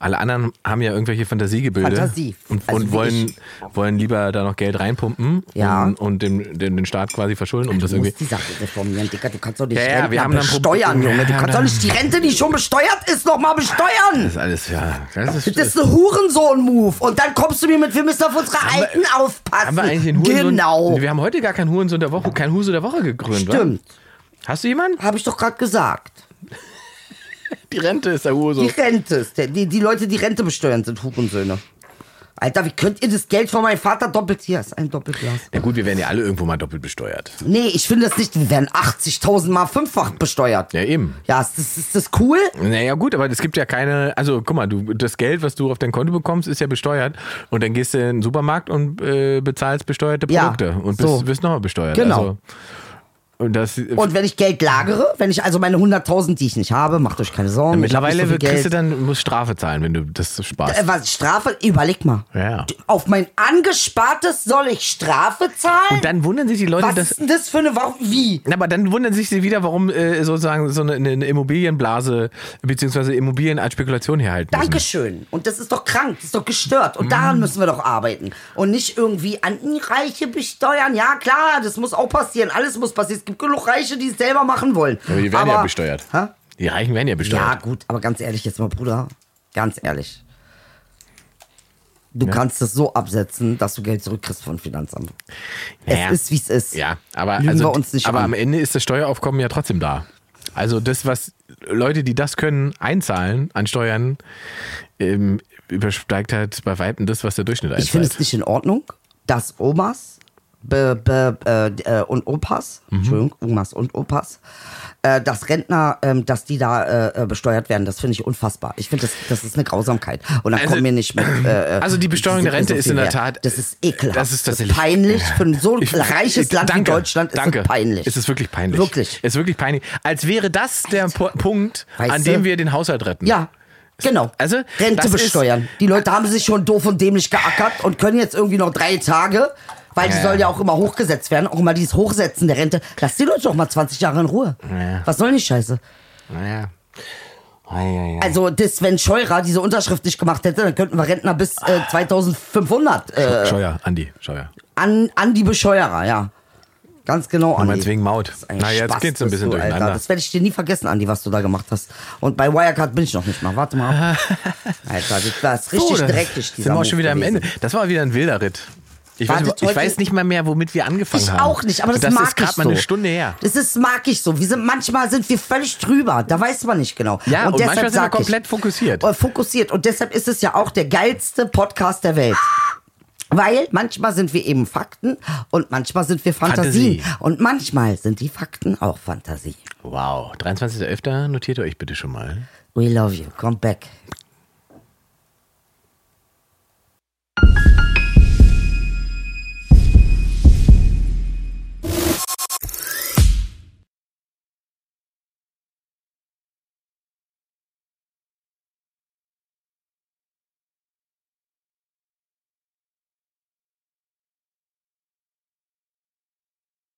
Speaker 2: Alle anderen haben ja irgendwelche Fantasiegebilde
Speaker 4: Fantasie.
Speaker 2: und,
Speaker 4: Also
Speaker 2: und
Speaker 4: wie
Speaker 2: wollen,
Speaker 4: ich.
Speaker 2: wollen lieber da noch Geld reinpumpen
Speaker 4: Ja.
Speaker 2: und, und den, den, den Staat quasi verschulden, um das
Speaker 4: Du
Speaker 2: irgendwie.
Speaker 4: musst die Sache reformieren, Dicker. Du kannst doch nicht
Speaker 2: Ja, ja,
Speaker 4: Rentner
Speaker 2: wir haben da ein Problem.
Speaker 4: besteuern,
Speaker 2: Ja,
Speaker 4: Junge. Du
Speaker 2: wir haben
Speaker 4: kannst
Speaker 2: da-
Speaker 4: doch nicht die Rente, die schon besteuert ist, nochmal besteuern.
Speaker 2: Das ist alles, ja. Das ist,
Speaker 4: Das ist ein Hurensohn-Move. Und dann kommst du mir mit, wir müssen auf unsere Alten aufpassen.
Speaker 2: Haben wir eigentlich den Hurensohn?
Speaker 4: Genau.
Speaker 2: Wir haben heute gar keinen Hurensohn der Woche, kein Huso der Woche gegründet.
Speaker 4: Stimmt.
Speaker 2: wa? Hast du jemanden?
Speaker 4: Habe ich doch gerade gesagt.
Speaker 2: Die Rente ist der
Speaker 4: Die
Speaker 2: Huso.
Speaker 4: Rente ist, der- die, die Leute, die Rente besteuern, sind Hurensöhne. Alter, wie könnt ihr das Geld von meinem Vater doppelt? Hier ist ein Doppelglas.
Speaker 2: Ja gut, wir werden ja alle irgendwo mal doppelt besteuert.
Speaker 4: Nee, ich finde das nicht. Wir werden 80.000 Mal fünffach besteuert.
Speaker 2: Ja, eben.
Speaker 4: Ja, ist das, ist das cool?
Speaker 2: Naja gut, aber es gibt ja keine, also guck mal, du, das Geld, was du auf dein Konto bekommst, ist ja besteuert und dann gehst du in den Supermarkt und äh, bezahlst besteuerte
Speaker 4: Ja,
Speaker 2: Produkte und bist,
Speaker 4: so.
Speaker 2: wirst nochmal besteuert.
Speaker 4: Genau.
Speaker 2: Also, und das,
Speaker 4: Und wenn ich Geld lagere, wenn ich also meine 100.000, die ich nicht habe, macht euch keine Sorgen. ich hab
Speaker 2: mittlerweile
Speaker 4: nicht so viel
Speaker 2: kriegst du
Speaker 4: Geld.
Speaker 2: dann, musst Strafe zahlen, wenn du das sparst.
Speaker 4: Äh, was, Strafe? Überleg mal.
Speaker 2: Ja.
Speaker 4: Auf mein Angespartes soll ich Strafe zahlen?
Speaker 2: Und dann wundern sich die Leute,
Speaker 4: was
Speaker 2: dass.
Speaker 4: ist denn das für eine Warum? Wie?
Speaker 2: Na, Aber dann wundern sich sie wieder, warum äh, sozusagen so eine, eine Immobilienblase bzw. Immobilien als Spekulation herhalten. müssen.
Speaker 4: Dankeschön. Und das ist doch krank, das ist doch gestört. Und
Speaker 2: Mm.
Speaker 4: daran müssen wir doch arbeiten. Und nicht irgendwie an Reiche besteuern. Ja, klar, das muss auch passieren. Alles muss passieren. Es gibt genug Reiche, die es selber machen wollen.
Speaker 2: Aber die werden ja besteuert.
Speaker 4: Hä?
Speaker 2: Die Reichen werden ja
Speaker 4: Ja,
Speaker 2: besteuert.
Speaker 4: gut, aber ganz ehrlich jetzt mal, Bruder. Ganz ehrlich. Du kannst das so absetzen, dass du Geld zurückkriegst vom Finanzamt.
Speaker 2: Naja.
Speaker 4: Es ist, wie es ist.
Speaker 2: Ja, aber,
Speaker 4: Lügen
Speaker 2: also,
Speaker 4: wir uns nicht
Speaker 2: aber
Speaker 4: an.
Speaker 2: am Ende ist das Steueraufkommen ja trotzdem da. Also das, was Leute, die das können, einzahlen an Steuern, ähm, übersteigt halt bei Weitem das, was der Durchschnitt
Speaker 4: Ich finde es
Speaker 2: einzahlt.
Speaker 4: nicht in Ordnung, dass Omas be, be, äh, äh, und Opas,
Speaker 2: Mhm.
Speaker 4: Entschuldigung, Omas und Opas, äh, dass Rentner, ähm, dass die da äh, äh, besteuert werden. Das finde ich unfassbar. Ich finde, das, das ist eine Grausamkeit. Und dann
Speaker 2: Also-
Speaker 4: kommen wir nicht mit. Äh, äh,
Speaker 2: Also die Besteuerung
Speaker 4: die sind
Speaker 2: der Rente
Speaker 4: mir
Speaker 2: ist in der
Speaker 4: viel wert.
Speaker 2: Tat-
Speaker 4: Das ist ekelhaft.
Speaker 2: Das ist tatsächlich-
Speaker 4: peinlich. Für ein so
Speaker 2: Ich-
Speaker 4: reiches
Speaker 2: ich-
Speaker 4: Land
Speaker 2: danke,
Speaker 4: wie Deutschland ist
Speaker 2: danke.
Speaker 4: es peinlich.
Speaker 2: Es ist wirklich peinlich.
Speaker 4: Wirklich.
Speaker 2: Es ist wirklich peinlich. Als wäre das der Pu- Punkt,
Speaker 4: Weißt
Speaker 2: an
Speaker 4: du?
Speaker 2: dem wir den Haushalt retten.
Speaker 4: Ja. Genau.
Speaker 2: Also, das
Speaker 4: Rente
Speaker 2: ist-
Speaker 4: besteuern. Die Leute haben sich schon doof und dämlich geackert und können jetzt irgendwie noch drei Tage, weil die
Speaker 2: Ja.
Speaker 4: soll ja auch immer hochgesetzt werden, auch mal dieses Hochsetzen der Rente. Lass die Leute doch mal 20 Jahre in Ruhe.
Speaker 2: Ja.
Speaker 4: Was soll die Scheiße?
Speaker 2: Naja. Eieiei.
Speaker 4: Also, das, wenn Scheurer diese Unterschrift nicht gemacht hätte, dann könnten wir Rentner bis äh, 2500 äh,
Speaker 2: Scheuer, Andi, Scheuer.
Speaker 4: an, an die Bescheuerer, ja. Ganz genau,
Speaker 2: Du
Speaker 4: Andi.
Speaker 2: meinst wegen Maut.
Speaker 4: Ein
Speaker 2: Na, jetzt
Speaker 4: Spaß
Speaker 2: geht's ein
Speaker 4: bist
Speaker 2: bisschen
Speaker 4: du, Alter.
Speaker 2: durcheinander.
Speaker 4: Das werde ich dir nie vergessen, Andi, was du da gemacht hast. Und bei Wirecard bin ich noch nicht mal. Warte
Speaker 2: (laughs)
Speaker 4: mal. ab. Alter, das war ist richtig
Speaker 2: dann
Speaker 4: dreckig.
Speaker 2: Sind wir auch schon wieder am Ende. Das war wieder ein wilder Ritt. Ich,
Speaker 4: War
Speaker 2: weiß,
Speaker 4: das
Speaker 2: über- ich
Speaker 4: heute-
Speaker 2: weiß nicht mal mehr, womit wir angefangen
Speaker 4: Ich
Speaker 2: haben.
Speaker 4: auch nicht, aber das,
Speaker 2: das
Speaker 4: mag
Speaker 2: ist gerade
Speaker 4: ich
Speaker 2: mal
Speaker 4: so.
Speaker 2: eine Stunde her.
Speaker 4: Das ist, mag ich so. Wir sind, manchmal sind wir völlig drüber. Da weiß man nicht genau.
Speaker 2: Ja, und
Speaker 4: deshalb
Speaker 2: manchmal sind wir
Speaker 4: sag ich,
Speaker 2: komplett fokussiert.
Speaker 4: äh, Fokussiert. Und deshalb ist es ja auch der geilste Podcast der Welt. Weil manchmal sind wir eben Fakten und manchmal sind wir Fantasien.
Speaker 2: Fantasie.
Speaker 4: Und manchmal sind die Fakten auch Fantasie.
Speaker 2: Wow, 23.11. notiert euch bitte schon mal.
Speaker 4: We love you. Come back.